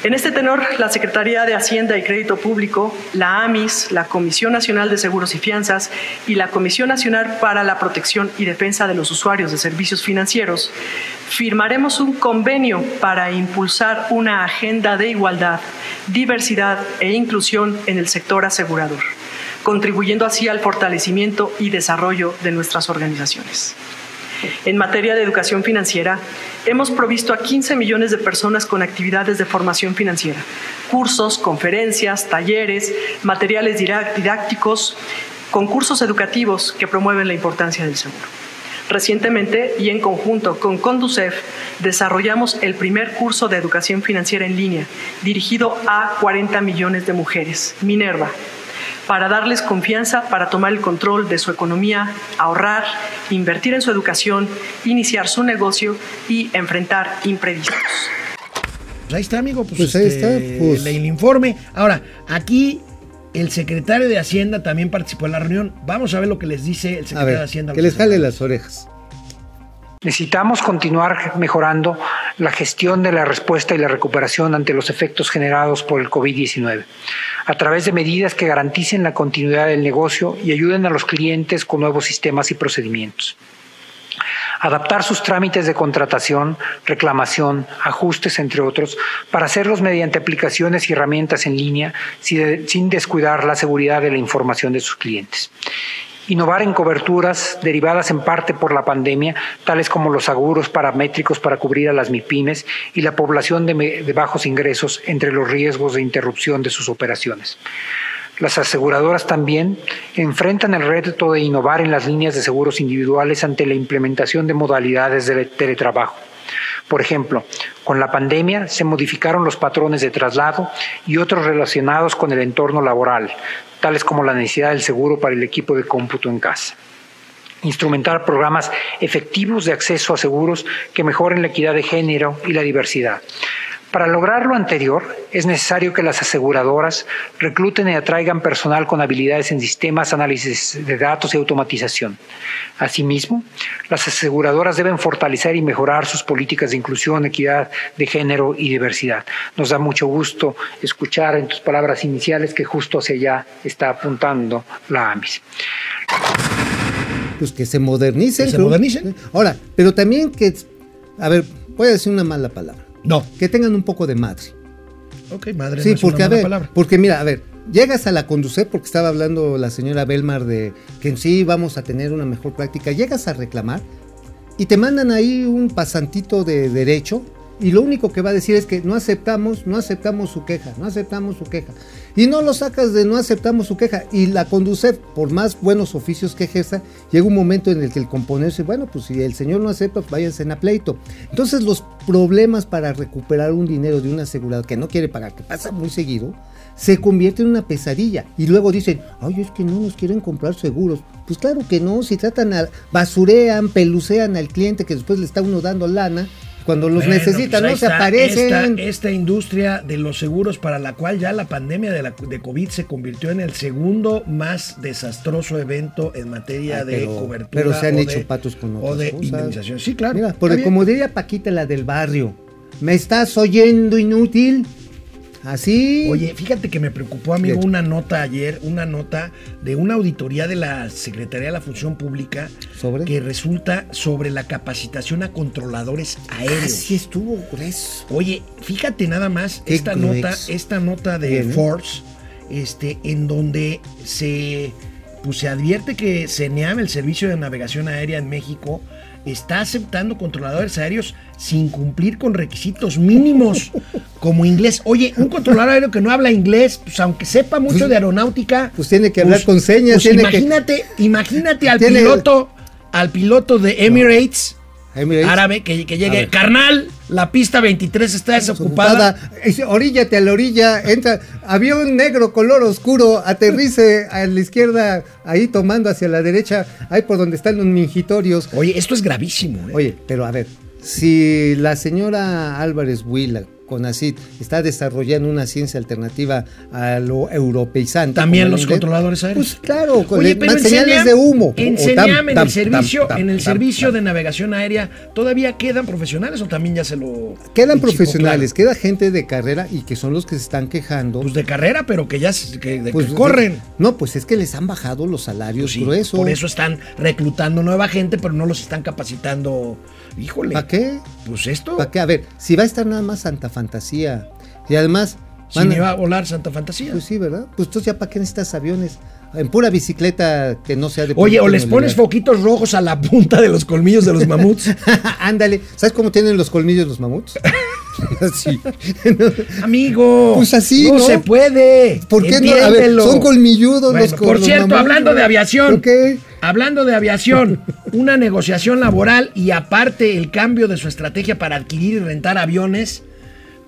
Speaker 5: En este tenor, la Secretaría de Hacienda y Crédito Público, la AMIS, la Comisión Nacional de Seguros y Fianzas y la Comisión Nacional para la Protección y Defensa de los Usuarios de Servicios Financieros firmaremos un convenio para impulsar una agenda de igualdad, diversidad e inclusión en el sector asegurador, contribuyendo así al fortalecimiento y desarrollo de nuestras organizaciones. En materia de educación financiera, hemos provisto a 15 millones de personas con actividades de formación financiera, cursos, conferencias, talleres, materiales dirá- didácticos, concursos educativos que promueven la importancia del seguro. Recientemente y en conjunto con Conducef desarrollamos el primer curso de educación financiera en línea dirigido a 40 millones de mujeres, Minerva, para darles confianza para tomar el control de su economía, ahorrar, invertir en su educación, iniciar su negocio y enfrentar imprevistos.
Speaker 1: Pues ahí está, amigo, pues,
Speaker 2: Pues ahí
Speaker 1: este,
Speaker 2: está, pues.
Speaker 1: el, el informe. Ahora, aquí el secretario de Hacienda también participó en la reunión. Vamos a ver lo que les dice el
Speaker 2: A
Speaker 1: secretario de
Speaker 2: ver,
Speaker 1: Hacienda. a
Speaker 2: que
Speaker 1: los
Speaker 2: les jale
Speaker 1: asegurados.
Speaker 2: las orejas.
Speaker 6: Necesitamos continuar mejorando la gestión de la respuesta y la recuperación ante los efectos generados por el COVID-19, a través de medidas que garanticen la continuidad del negocio y ayuden a los clientes con nuevos sistemas y procedimientos. Adaptar sus trámites de contratación, reclamación, ajustes, entre otros, para hacerlos mediante aplicaciones y herramientas en línea si de- sin descuidar la seguridad de la información de sus clientes innovar en coberturas derivadas en parte por la pandemia, tales como los seguros paramétricos para cubrir a las MIPIMES y la población de, me- de bajos ingresos entre los riesgos de interrupción de sus operaciones. Las aseguradoras también enfrentan el reto de innovar en las líneas de seguros individuales ante la implementación de modalidades de teletrabajo. Por ejemplo, con la pandemia se modificaron los patrones de traslado y otros relacionados con el entorno laboral, tales como la necesidad del seguro para el equipo de cómputo en casa.
Speaker 7: instrumentar programas efectivos de acceso a seguros que mejoren la equidad de género y la diversidad. Para lograr lo anterior, es necesario que las aseguradoras recluten y atraigan personal con habilidades en sistemas, análisis de datos y automatización. Asimismo, las aseguradoras deben fortalecer y mejorar sus políticas de inclusión, equidad de género y diversidad. Nos da mucho gusto escuchar en tus palabras iniciales que justo hacia allá está apuntando la AMIS
Speaker 2: pues que se modernicen.
Speaker 1: Que se
Speaker 2: creo.
Speaker 1: modernicen.
Speaker 2: Ahora, pero también que, a ver, voy a decir una mala palabra.
Speaker 1: No.
Speaker 2: Que tengan un poco de madre.
Speaker 1: Ok, madre.
Speaker 2: sí,
Speaker 1: no es una
Speaker 2: porque a
Speaker 1: mala
Speaker 2: ver,
Speaker 1: palabra.
Speaker 2: porque mira, a ver, llegas a la Conducef porque estaba hablando la señora Belmar de que en sí vamos a tener una mejor práctica, llegas a reclamar y te mandan ahí un pasantito de derecho y lo único que va a decir es que no aceptamos, no aceptamos su queja, no aceptamos su queja. Y no lo sacas de no aceptamos su queja. Y la Conducef, por más buenos oficios que ejerza, llega un momento en el que el componente dice, bueno, pues si el señor no acepta, pues váyanse en a pleito. Entonces los problemas para recuperar un dinero de un asegurado que no quiere pagar, que pasa muy seguido, se convierte en una pesadilla. Y luego dicen, ay, es que no nos quieren comprar seguros. Pues claro que no, si tratan a, basurean, pelucean al cliente que después le está uno dando lana. Cuando los
Speaker 1: Bueno,
Speaker 2: necesitan,
Speaker 1: pues ahí
Speaker 2: no se
Speaker 1: está
Speaker 2: aparecen. Ah,
Speaker 1: Esta, esta industria de los seguros para la cual ya la pandemia de, la- de COVID se convirtió en el segundo más desastroso evento en materia
Speaker 2: Ay,
Speaker 1: de
Speaker 2: pero-
Speaker 1: cobertura.
Speaker 2: pero se han
Speaker 1: o
Speaker 2: hecho
Speaker 1: de-
Speaker 2: patos con
Speaker 1: O
Speaker 2: otras
Speaker 1: de
Speaker 2: cosas.
Speaker 1: indemnización. Sí, claro.
Speaker 2: Mira,
Speaker 1: está
Speaker 2: porque
Speaker 1: bien.
Speaker 2: como diría Paquita, la del barrio, ¿me estás oyendo inútil? Así.
Speaker 1: Oye, fíjate que me preocupó, amigo,
Speaker 2: Fíjate.
Speaker 1: una nota ayer, una nota de una auditoría de la Secretaría de la Función Pública
Speaker 2: ¿Sobre?
Speaker 1: que resulta sobre la capacitación a controladores
Speaker 2: Ah,
Speaker 1: aéreos.
Speaker 2: así estuvo grueso.
Speaker 1: Oye, fíjate nada más
Speaker 2: Qué
Speaker 1: esta
Speaker 2: grueso.
Speaker 1: nota, esta nota de
Speaker 2: Bien, ¿eh?
Speaker 1: Forbes, este, en donde se, pues, se advierte que CENEAM, el Servicio de Navegación Aérea en México, está aceptando controladores aéreos sin cumplir con requisitos mínimos como inglés. Oye, un controlador aéreo que no habla inglés, pues aunque sepa mucho de aeronáutica, pues,
Speaker 2: pues tiene que hablar con señas, tiene que-
Speaker 1: imagínate, imagínate al
Speaker 2: Tiene-
Speaker 1: piloto, al piloto de Emirates
Speaker 2: Ahí mira, ahí
Speaker 1: árabe que, que
Speaker 2: A
Speaker 1: llegue.
Speaker 2: ver.
Speaker 1: Carnal, la pista 23 está
Speaker 2: está
Speaker 1: desocupada.
Speaker 2: Dice, Oríllate a la orilla, entra. Avión negro, color oscuro, aterrice a la izquierda, ahí tomando hacia la derecha, ahí por donde están los mingitorios.
Speaker 1: Oye, esto es gravísimo. ¿eh?
Speaker 2: Oye, pero a ver, si la señora Álvarez Huila con ACID está desarrollando una ciencia alternativa a lo europeizante.
Speaker 1: También
Speaker 2: como el
Speaker 1: los
Speaker 2: inglés,
Speaker 1: controladores aéreos.
Speaker 2: Pues claro, con
Speaker 1: Oye,
Speaker 2: le-
Speaker 1: pero
Speaker 2: más
Speaker 1: en
Speaker 2: señales
Speaker 1: CENEAM,
Speaker 2: de humo.
Speaker 1: En
Speaker 2: O tam,
Speaker 1: CENEAM, en
Speaker 2: tam,
Speaker 1: el servicio,
Speaker 2: tam,
Speaker 1: en el
Speaker 2: tam,
Speaker 1: servicio
Speaker 2: tam.
Speaker 1: de navegación aérea, ¿todavía quedan profesionales o también ya se lo.
Speaker 2: Quedan
Speaker 1: el chico,
Speaker 2: profesionales,
Speaker 1: claro?
Speaker 2: queda gente de carrera y que son los que se están quejando.
Speaker 1: Pues de carrera, pero que ya se- que, de-
Speaker 2: Pues,
Speaker 1: que corren. Pues
Speaker 2: No, pues es que les han bajado los salarios
Speaker 1: Sí,
Speaker 2: gruesos.
Speaker 1: Por eso están reclutando nueva gente, pero no los están capacitando. Híjole.
Speaker 2: ¿Para qué?
Speaker 1: Pues esto.
Speaker 2: ¿Para qué? A ver, si va a estar nada más Santa Fantasía y además...
Speaker 1: Si
Speaker 2: van
Speaker 1: me
Speaker 2: a-
Speaker 1: va a volar Santa Fantasía.
Speaker 2: Pues sí, ¿verdad? Pues entonces ya para qué necesitas aviones. En pura bicicleta que no sea de
Speaker 1: Oye, o
Speaker 2: polígono
Speaker 1: les pones
Speaker 2: lineal.
Speaker 1: foquitos rojos a la punta de los colmillos de los mamuts.
Speaker 2: Ándale. ¿Sabes cómo tienen los colmillos los mamuts? Así. No,
Speaker 1: Amigo.
Speaker 2: Pues así,
Speaker 1: No,
Speaker 2: ¿no?
Speaker 1: se puede.
Speaker 2: ¿Por qué no? A ver,
Speaker 1: Entiéndelo.
Speaker 2: son colmilludos
Speaker 1: Bueno,
Speaker 2: los co-
Speaker 1: Por
Speaker 2: los
Speaker 1: cierto,
Speaker 2: mamuts,
Speaker 1: hablando de
Speaker 2: ¿verdad?
Speaker 1: aviación.
Speaker 2: Ok.
Speaker 1: Hablando de aviación, una negociación laboral y aparte el cambio de su estrategia para adquirir y rentar aviones,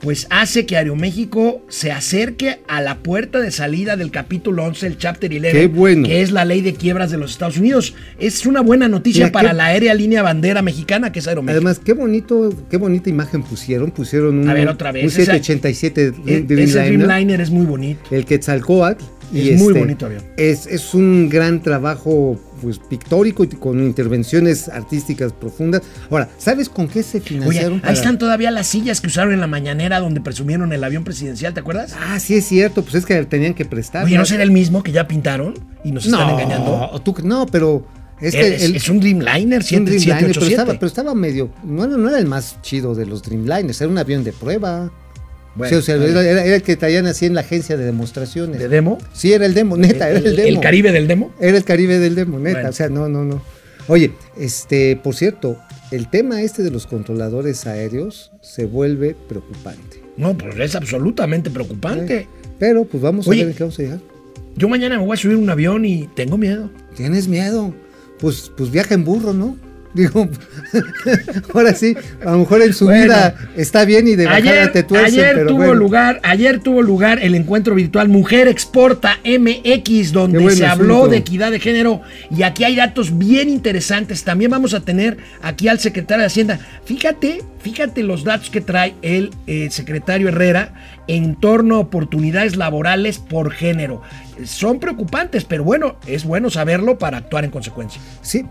Speaker 1: pues hace que Aeroméxico se acerque a la puerta de salida del capítulo 11, el Chapter 11,
Speaker 2: Qué bueno.
Speaker 1: que es la ley de quiebras de los Estados Unidos. Es una buena noticia
Speaker 2: Mira,
Speaker 1: para
Speaker 2: qué-
Speaker 1: la aérea línea bandera mexicana, que es Aeroméxico.
Speaker 2: Además, qué bonito, qué bonita imagen pusieron. Pusieron un,
Speaker 1: A ver, otra vez.
Speaker 2: un
Speaker 1: Esa-
Speaker 2: 787
Speaker 1: E-
Speaker 2: Dreamliner,
Speaker 1: ese Dreamliner es muy bonito.
Speaker 2: el Quetzalcoatl.
Speaker 1: Es muy bonito avión.
Speaker 2: Es, es un gran trabajo pues, pictórico y con intervenciones artísticas profundas. Ahora, ¿sabes con qué se
Speaker 1: Oye,
Speaker 2: financiaron?
Speaker 1: ahí
Speaker 2: para-
Speaker 1: están todavía las sillas que usaron en la mañanera donde presumieron el avión presidencial, ¿te acuerdas?
Speaker 2: Ah, sí es cierto, pues es que tenían que prestar.
Speaker 1: Oye, ¿no será el mismo que ya pintaron y nos están engañando? Eh,
Speaker 2: tú- no, pero es
Speaker 1: Es,
Speaker 2: que el,
Speaker 1: es un Dreamliner
Speaker 2: un Dreamliner, pero
Speaker 1: 787.
Speaker 2: estaba, pero estaba medio, bueno, no era el más chido de los Dreamliners, era un avión de prueba.
Speaker 1: Bueno,
Speaker 2: Sí, o sea,
Speaker 1: está
Speaker 2: era,
Speaker 1: bien.
Speaker 2: era- era el que traían así en la agencia de demostraciones.
Speaker 1: ¿De demo?
Speaker 2: sí, era el demo, neta, era el demo.
Speaker 1: ¿El Caribe del demo?
Speaker 2: Era el Caribe del demo, neta,
Speaker 1: Bueno.
Speaker 2: o sea, no, no, no. Oye, este, por cierto, el tema este de los controladores aéreos se vuelve preocupante.
Speaker 1: No, pues es absolutamente
Speaker 2: ¿eh?
Speaker 1: preocupante.
Speaker 2: Pero pues vamos a
Speaker 1: Oye.
Speaker 2: ver en qué vamos a llegar.
Speaker 1: Yo mañana me voy a subir a un avión y tengo miedo.
Speaker 2: ¿Tienes miedo? Pues, pues viaja en burro, ¿no? Digo, ahora sí, a lo mejor en su
Speaker 1: Bueno.
Speaker 2: vida está bien y de bajada
Speaker 1: Ayer,
Speaker 2: te tuercen,
Speaker 1: ayer
Speaker 2: pero
Speaker 1: tuvo
Speaker 2: bueno.
Speaker 1: lugar, ayer tuvo lugar el encuentro virtual Mujer Exporta MX, donde
Speaker 2: Qué buen
Speaker 1: se habló
Speaker 2: asunto.
Speaker 1: de equidad de género y aquí hay datos bien interesantes. También vamos a tener aquí al secretario de Hacienda. Fíjate, fíjate los datos que trae el eh, secretario Herrera en torno a oportunidades laborales por género. Son preocupantes, pero bueno, es bueno saberlo para actuar en consecuencia.
Speaker 2: Sí,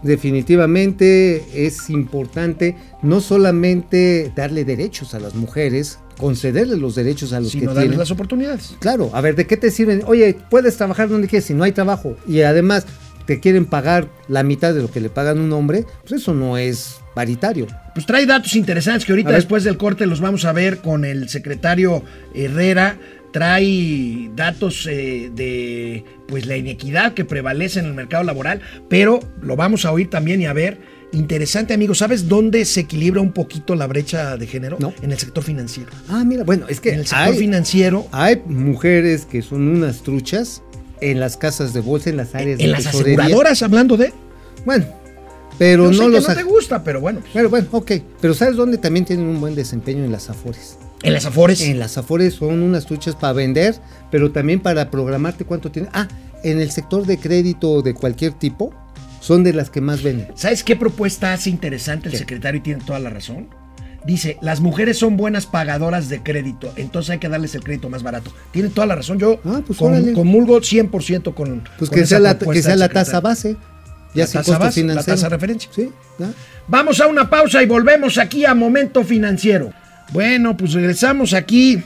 Speaker 2: definitivamente es importante no solamente darle derechos a las mujeres, concederle los derechos a los
Speaker 1: Sino
Speaker 2: que
Speaker 1: darles
Speaker 2: tienen.
Speaker 1: las oportunidades.
Speaker 2: Claro, a ver, ¿de qué te sirven? Oye, puedes trabajar donde quieras si no hay trabajo y además te quieren pagar la mitad de lo que le pagan un hombre, pues eso no es paritario.
Speaker 1: Pues trae datos interesantes que ahorita
Speaker 2: A ver.
Speaker 1: después del corte los vamos a ver con el secretario Herrera. Trae datos eh, de pues la inequidad que prevalece en el mercado laboral, pero lo vamos a oír también y a ver. Interesante, amigo. ¿Sabes dónde se equilibra un poquito la brecha de género?
Speaker 2: No.
Speaker 1: En el sector financiero.
Speaker 2: Ah, mira, bueno, es que
Speaker 1: En el sector
Speaker 2: hay,
Speaker 1: financiero,
Speaker 2: hay mujeres que son unas truchas en las casas de bolsa, en las áreas
Speaker 1: en
Speaker 2: de
Speaker 1: las
Speaker 2: tesorería.
Speaker 1: aseguradoras, hablando de.
Speaker 2: Bueno, pero
Speaker 1: Yo sé
Speaker 2: no
Speaker 1: que
Speaker 2: los
Speaker 1: no
Speaker 2: aj-
Speaker 1: te gusta, pero bueno. pues,
Speaker 2: Bueno, bueno, ok. Pero ¿sabes dónde también tienen un buen desempeño en las afores?
Speaker 1: En las afores.
Speaker 2: En las afores son unas truchas para vender, pero también para programarte cuánto tiene. Ah, en el sector de crédito de cualquier tipo, son de las que más venden.
Speaker 1: ¿Sabes qué propuesta hace interesante el
Speaker 2: ¿Qué?
Speaker 1: secretario y tiene toda la razón? Dice, las mujeres son buenas pagadoras de crédito, entonces hay que darles el crédito más barato. Tiene toda la razón, yo
Speaker 2: Ah, pues
Speaker 1: com-
Speaker 2: órale.
Speaker 1: comulgo 100% con...
Speaker 2: Pues
Speaker 1: con
Speaker 2: que
Speaker 1: esa
Speaker 2: sea, la, que
Speaker 1: propuesta
Speaker 2: sea
Speaker 1: del
Speaker 2: la
Speaker 1: secretario.
Speaker 2: tasa base, ya
Speaker 1: La
Speaker 2: sin
Speaker 1: tasa
Speaker 2: costo
Speaker 1: base, la
Speaker 2: financiero.
Speaker 1: tasa de referencia.
Speaker 2: Sí, ya.
Speaker 1: Vamos a una pausa y volvemos aquí a Momento Financiero. Bueno, pues regresamos aquí.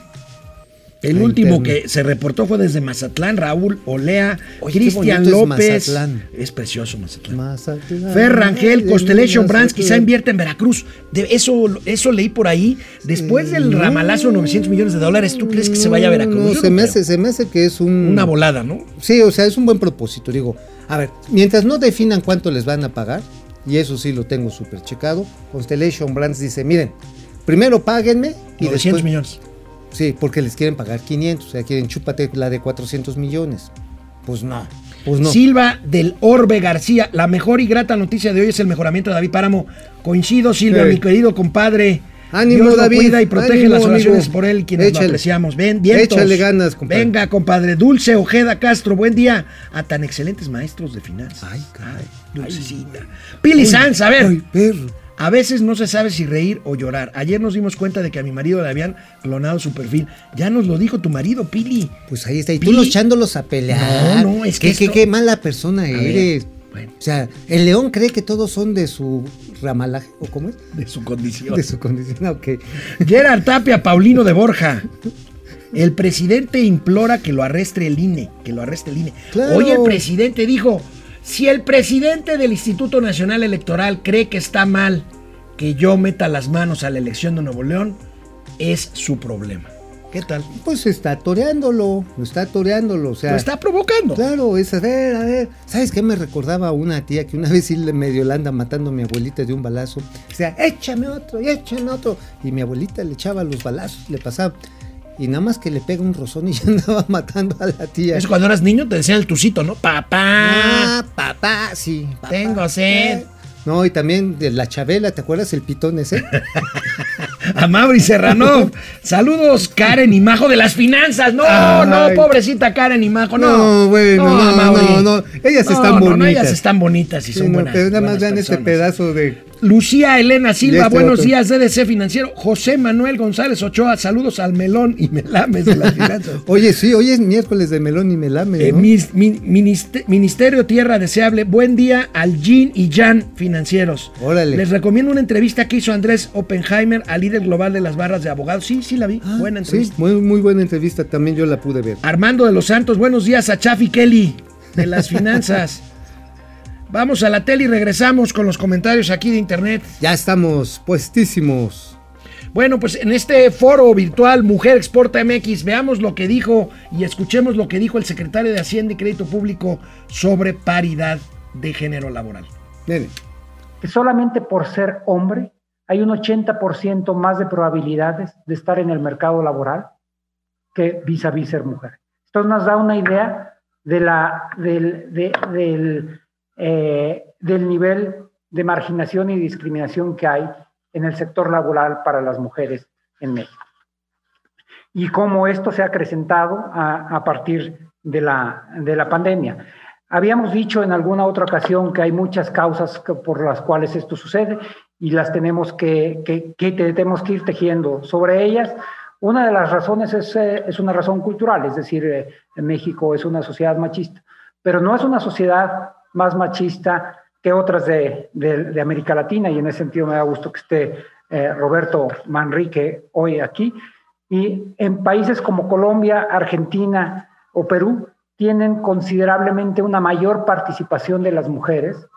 Speaker 1: El
Speaker 2: Al
Speaker 1: último
Speaker 2: interno.
Speaker 1: que se reportó fue desde Mazatlán, Raúl Olea,
Speaker 2: Oye, qué
Speaker 1: Cristian
Speaker 2: bonito es
Speaker 1: López.
Speaker 2: Mazatlán.
Speaker 1: Es precioso Mazatlán.
Speaker 2: Mazatlán.
Speaker 1: Fer Rangel, Constellation Brands quizá
Speaker 2: Mazatlán.
Speaker 1: invierte en Veracruz. De eso, eso leí por ahí. Después del ramalazo de 900 millones de dólares, ¿tú crees que se vaya a Veracruz?
Speaker 2: No,
Speaker 1: Yo
Speaker 2: se, me
Speaker 1: creo.
Speaker 2: hace, se me hace que es un.
Speaker 1: Una volada, ¿no?
Speaker 2: Sí, o sea, es un buen propósito. Digo, a ver, mientras no definan cuánto les van a pagar, y eso sí lo tengo súper checado, Constellation Brands dice, miren, primero páguenme y
Speaker 1: 900
Speaker 2: después...
Speaker 1: millones.
Speaker 2: Sí, porque les quieren pagar 500, o sea, quieren chúpate la de 400 millones. Pues no, pues no.
Speaker 1: Silva del Orbe García. La mejor y grata noticia de hoy es el mejoramiento de David Páramo. Coincido, Silva,
Speaker 2: Sí.
Speaker 1: mi querido compadre.
Speaker 2: Ánimo,
Speaker 1: Dios lo
Speaker 2: David,
Speaker 1: cuida y protege
Speaker 2: ánimo,
Speaker 1: las oraciones
Speaker 2: amigo.
Speaker 1: por él, quienes
Speaker 2: Échale.
Speaker 1: lo apreciamos. Ven, vientos.
Speaker 2: Échale ganas, compadre.
Speaker 1: Venga, compadre. Dulce Ojeda Castro, buen día a tan excelentes maestros de finanzas.
Speaker 2: Ay, caray.
Speaker 1: Dulcecita. Pili Sanz, a ver.
Speaker 2: Ay, perro.
Speaker 1: A veces no se sabe si reír o llorar. Ayer nos dimos cuenta de que a mi marido le habían clonado su perfil. Ya nos lo dijo tu marido, Pili.
Speaker 2: Pues ahí está, y tú
Speaker 1: Pi-
Speaker 2: los echándolos a pelear.
Speaker 1: No, no, es
Speaker 2: ¿Qué-
Speaker 1: que
Speaker 2: qué-
Speaker 1: esto-
Speaker 2: qué mala persona
Speaker 1: ver,
Speaker 2: eres.
Speaker 1: bueno.
Speaker 2: O sea, el león cree que todos son de su ramalaje, ¿o cómo es?
Speaker 1: De su condición.
Speaker 2: De su condición, ok.
Speaker 1: Gerard Tapia, Paulino de Borja. El presidente implora que lo arreste el INE, que lo arreste el INE.
Speaker 2: Claro.
Speaker 1: Hoy el presidente dijo, si el presidente del Instituto Nacional Electoral cree que está mal que yo meta las manos a la elección de Nuevo León, es su problema. ¿Qué tal?
Speaker 2: Pues está toreándolo, está toreándolo, o sea.
Speaker 1: Lo está provocando.
Speaker 2: Claro, es a ver, a ver. ¿Sabes qué me recordaba una tía que una vez sí le medio la anda matando a mi abuelita de un balazo? O sea, échame otro, y échame otro. Y mi abuelita le echaba los balazos, le pasaba. Y nada más que le pega un rozón y ya andaba matando a la tía.
Speaker 1: Eso cuando eras niño te decían el tucito, ¿no? Papá.
Speaker 2: Ah, papá, sí. papá.
Speaker 1: Tengo sed.
Speaker 2: No, y también de la Chabela, ¿te acuerdas el pitón ese?
Speaker 1: A Mauri Serrano. Saludos, Karen y Majo de las finanzas. No,
Speaker 2: Ay.
Speaker 1: no, pobrecita Karen y Majo. No,
Speaker 2: No, bueno, no,
Speaker 1: Mauri.
Speaker 2: no, no. Ellas están
Speaker 1: ellas
Speaker 2: bonitas.
Speaker 1: están bonitas y son
Speaker 2: Sí, no,
Speaker 1: buenas.
Speaker 2: pero nada más
Speaker 1: buenas
Speaker 2: vean este
Speaker 1: personas.
Speaker 2: pedazo de.
Speaker 1: Lucía Elena
Speaker 2: Y
Speaker 1: Silva,
Speaker 2: este
Speaker 1: buenos
Speaker 2: otro.
Speaker 1: días, DDC Financiero. José Manuel González Ochoa, saludos al melón y melames de las finanzas.
Speaker 2: Oye, sí, hoy es miércoles de melón y melame.
Speaker 1: Eh,
Speaker 2: ¿no?
Speaker 1: mis- mi- ministe- Ministerio Tierra Deseable, buen día al Jin y Jan financieros.
Speaker 2: Órale.
Speaker 1: Les recomiendo una entrevista que hizo Andrés Oppenheimer al líder global de las barras de abogados. Sí, sí la vi.
Speaker 2: Ah,
Speaker 1: Buena
Speaker 2: sí,
Speaker 1: entrevista.
Speaker 2: muy, muy buena entrevista, también yo la pude ver.
Speaker 1: Armando de los Santos, buenos días a Chafi Kelly de las finanzas. Vamos a la tele y regresamos con los comentarios aquí de internet.
Speaker 2: Ya estamos puestísimos.
Speaker 1: Bueno, pues en este foro virtual Mujer Exporta MX, veamos lo que dijo y escuchemos lo que dijo el secretario de Hacienda y Crédito Público sobre paridad de género laboral.
Speaker 2: Nene,
Speaker 6: que solamente por ser hombre hay un 80% más de probabilidades de estar en el mercado laboral que vis a vis ser mujer. Esto nos da una idea de la, del, de- del, eh, del nivel de marginación y discriminación que hay en el sector laboral para las mujeres en México. Y cómo esto se ha acrecentado a, a partir de la, de la pandemia. Habíamos dicho en alguna otra ocasión que hay muchas causas que, por las cuales esto sucede y las tenemos que, que, que tenemos que ir tejiendo sobre ellas. Una de las razones es, eh, es una razón cultural, es decir, eh, en México es una sociedad machista, pero no es una sociedad más machista que otras de, de, de América Latina y en ese sentido me da gusto que esté eh, Roberto Manrique hoy aquí. Y en países como Colombia, Argentina o Perú, tienen considerablemente una mayor participación de las mujeres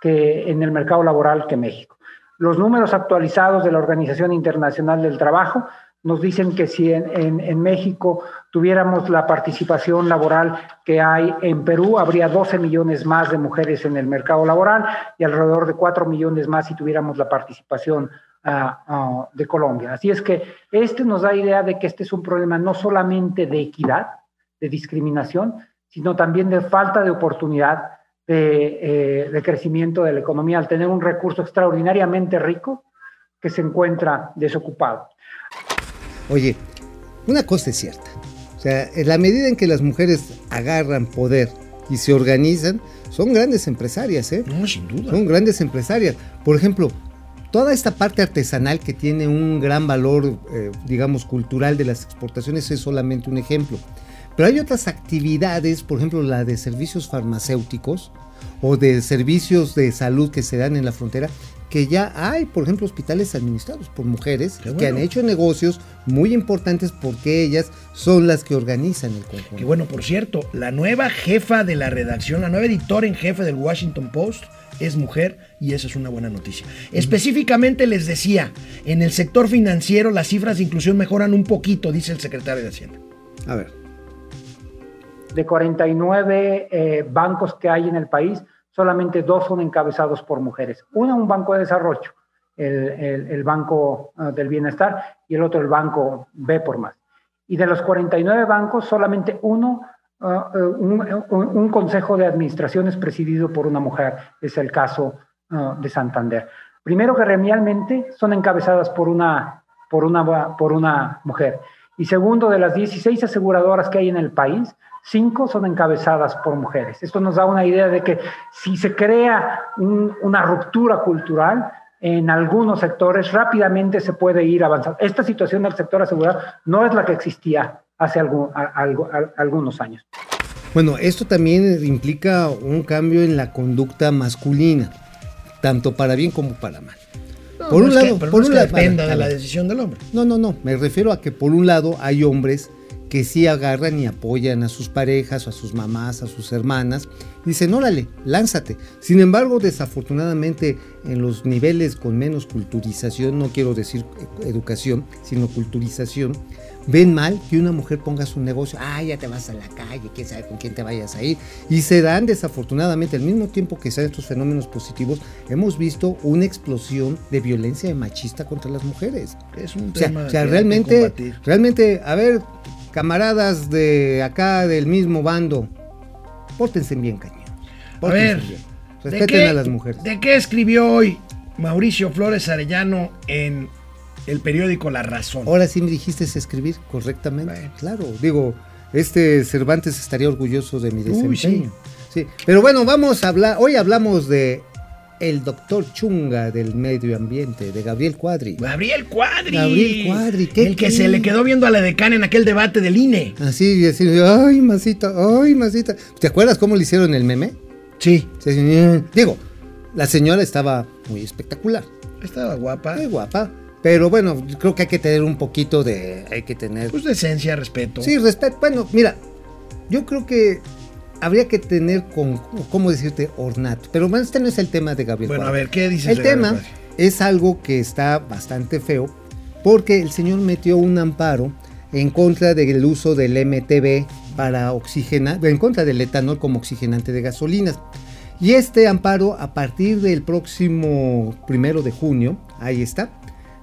Speaker 6: que en el mercado laboral que México. Los números actualizados de la Organización Internacional del Trabajo nos dicen que si en, en, en México tuviéramos la participación laboral que hay en Perú, habría 12 millones más de mujeres en el mercado laboral y alrededor de 4 millones más si tuviéramos la participación uh, uh, de Colombia. Así es que este nos da idea de que este es un problema no solamente de equidad, de discriminación, sino también de falta de oportunidad de, eh, de, crecimiento de la economía al tener un recurso extraordinariamente rico que se encuentra desocupado.
Speaker 2: Oye, una cosa es cierta. O sea, en la medida en que las mujeres agarran poder y se organizan, son grandes empresarias, ¿eh?
Speaker 1: No, sin duda.
Speaker 2: Son grandes empresarias. Por ejemplo, toda esta parte artesanal que tiene un gran valor, eh, digamos, cultural de las exportaciones es solamente un ejemplo. Pero hay otras actividades, por ejemplo la de servicios farmacéuticos o de servicios de salud que se dan en la frontera, que ya hay, por ejemplo, hospitales administrados por mujeres
Speaker 1: Qué bueno.
Speaker 2: que han hecho negocios muy importantes porque ellas son las que organizan el conjunto.
Speaker 1: Que bueno, por cierto, la nueva jefa de la redacción, la nueva editora en jefe del Washington Post es mujer y esa es una buena noticia. Específicamente les decía, en el sector financiero las cifras de inclusión mejoran un poquito, dice el secretario de Hacienda.
Speaker 2: A ver,
Speaker 6: De 49 eh, bancos que hay en el país, solamente dos son encabezados por mujeres. Uno, un banco de desarrollo, el, el- el Banco eh, del Bienestar, y el otro, el Banco B por más. Y de los 49 bancos, solamente uno, ah, eh, un, un- un consejo de administración es presidido por una mujer, es el caso ah, de Santander. Primero que realmente son encabezadas por una, por, una, por una mujer. Y segundo, de las 16 aseguradoras que hay en el país, cinco son encabezadas por mujeres. Esto nos da una idea de que si se crea un- una ruptura cultural, en algunos sectores rápidamente se puede ir avanzando. Esta situación del sector asegurado no es la que existía hace algún- a- algo- a- algunos años.
Speaker 2: Bueno, esto también implica un cambio en la conducta masculina, tanto para bien como para mal.
Speaker 1: No,
Speaker 2: Por
Speaker 1: no
Speaker 2: un
Speaker 1: es que-
Speaker 2: lado-
Speaker 1: pero
Speaker 2: por
Speaker 1: no es
Speaker 2: un
Speaker 1: que
Speaker 2: lado-
Speaker 1: dependa
Speaker 2: a
Speaker 1: de
Speaker 2: ver,
Speaker 1: la
Speaker 2: a ver.
Speaker 1: decisión del hombre.
Speaker 2: No, no, no. Me refiero a que por un lado hay hombres que sí agarran y apoyan a sus parejas, o a sus mamás, a sus hermanas. Dicen, órale, lánzate. Sin embargo, desafortunadamente, en los niveles con menos culturización, no quiero decir eh, educación, sino culturización, ven mal que una mujer ponga su negocio. Ah, ya te vas a la calle, quién sabe con quién te vayas a ir. Y se dan, desafortunadamente, al mismo tiempo que se dan estos fenómenos positivos, hemos visto una explosión de violencia machista contra las mujeres.
Speaker 1: Es un
Speaker 2: O sea,
Speaker 1: tema
Speaker 2: o sea,
Speaker 1: que hay que
Speaker 2: realmente,
Speaker 1: combatir.
Speaker 2: realmente, a ver, camaradas de acá del mismo bando, pórtense bien, cañón.
Speaker 1: A
Speaker 2: Pórtense
Speaker 1: ver,
Speaker 2: bien.
Speaker 1: ¿de
Speaker 2: Respeten
Speaker 1: qué-
Speaker 2: a las mujeres.
Speaker 1: ¿De qué escribió hoy Mauricio Flores Arellano en el periódico La Razón?
Speaker 2: Ahora sí me dijiste escribir correctamente.
Speaker 1: Bueno.
Speaker 2: Claro, digo, este Cervantes estaría orgulloso de mi desempeño.
Speaker 1: Uy, sí.
Speaker 2: sí. Pero bueno, vamos a hablar, hoy hablamos de el doctor Chunga del medio ambiente, de Gabriel Cuadri.
Speaker 1: Gabriel Cuadri.
Speaker 2: Gabriel Cuadri, ¿qué
Speaker 1: El que
Speaker 2: creen?
Speaker 1: se le quedó viendo a la decana en aquel debate del INE.
Speaker 2: Así, y así, ay, masita, ay, masita. ¿Te acuerdas cómo le hicieron el meme?
Speaker 1: Sí.
Speaker 2: Sí, sí, Digo, la señora estaba muy espectacular,
Speaker 1: Estaba guapa.
Speaker 2: muy guapa, pero bueno, creo que hay que tener un poquito de, hay que tener,
Speaker 1: Pues decencia, respeto.
Speaker 2: sí, respeto. Bueno, mira, yo creo que habría que tener con, cómo decirte, ornato. Pero bueno, este no es el tema de Gabriel.
Speaker 1: Bueno, a
Speaker 2: Cuadri.
Speaker 1: ver, ¿qué dices?
Speaker 2: El
Speaker 1: de
Speaker 2: tema
Speaker 1: Gabriel Cuadri?
Speaker 2: es algo que está bastante feo, porque el señor metió un amparo en contra del uso del MTB para oxigenar, en contra del etanol como oxigenante de gasolinas. Y este amparo, a partir del próximo primero de junio, ahí está,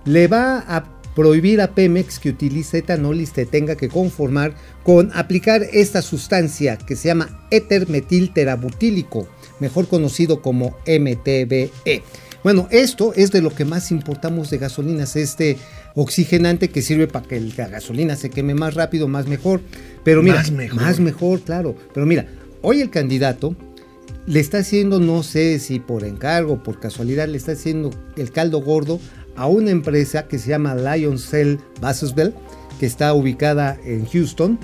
Speaker 2: le va a prohibir a Pemex que utilice etanol y se tenga que conformar con aplicar esta sustancia que se llama éter metil terabutílico mejor conocido como MTBE. E. Bueno, esto es de lo que más importamos de gasolinas, este oxigenante que sirve para que la gasolina se queme más rápido, más mejor. Pero mira,
Speaker 1: Más mejor.
Speaker 2: más mejor, claro. Pero mira, hoy el candidato le está haciendo, no sé si por encargo, por casualidad, le está haciendo el caldo gordo a una empresa que se llama Lion Cell Bakersfield, que está ubicada en Houston,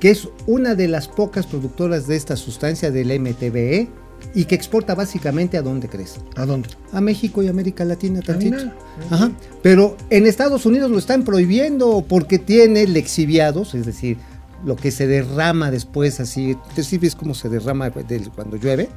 Speaker 2: que es una de las pocas productoras de esta sustancia del MTBE E y que exporta básicamente a donde crece
Speaker 1: ¿A dónde?
Speaker 2: a México y América Latina tantito.
Speaker 1: Ah, mira.
Speaker 2: Ajá. Pero en Estados Unidos lo están prohibiendo porque tiene lexiviados, es decir, lo que se derrama después así, te sí ves cómo se derrama del- cuando llueve,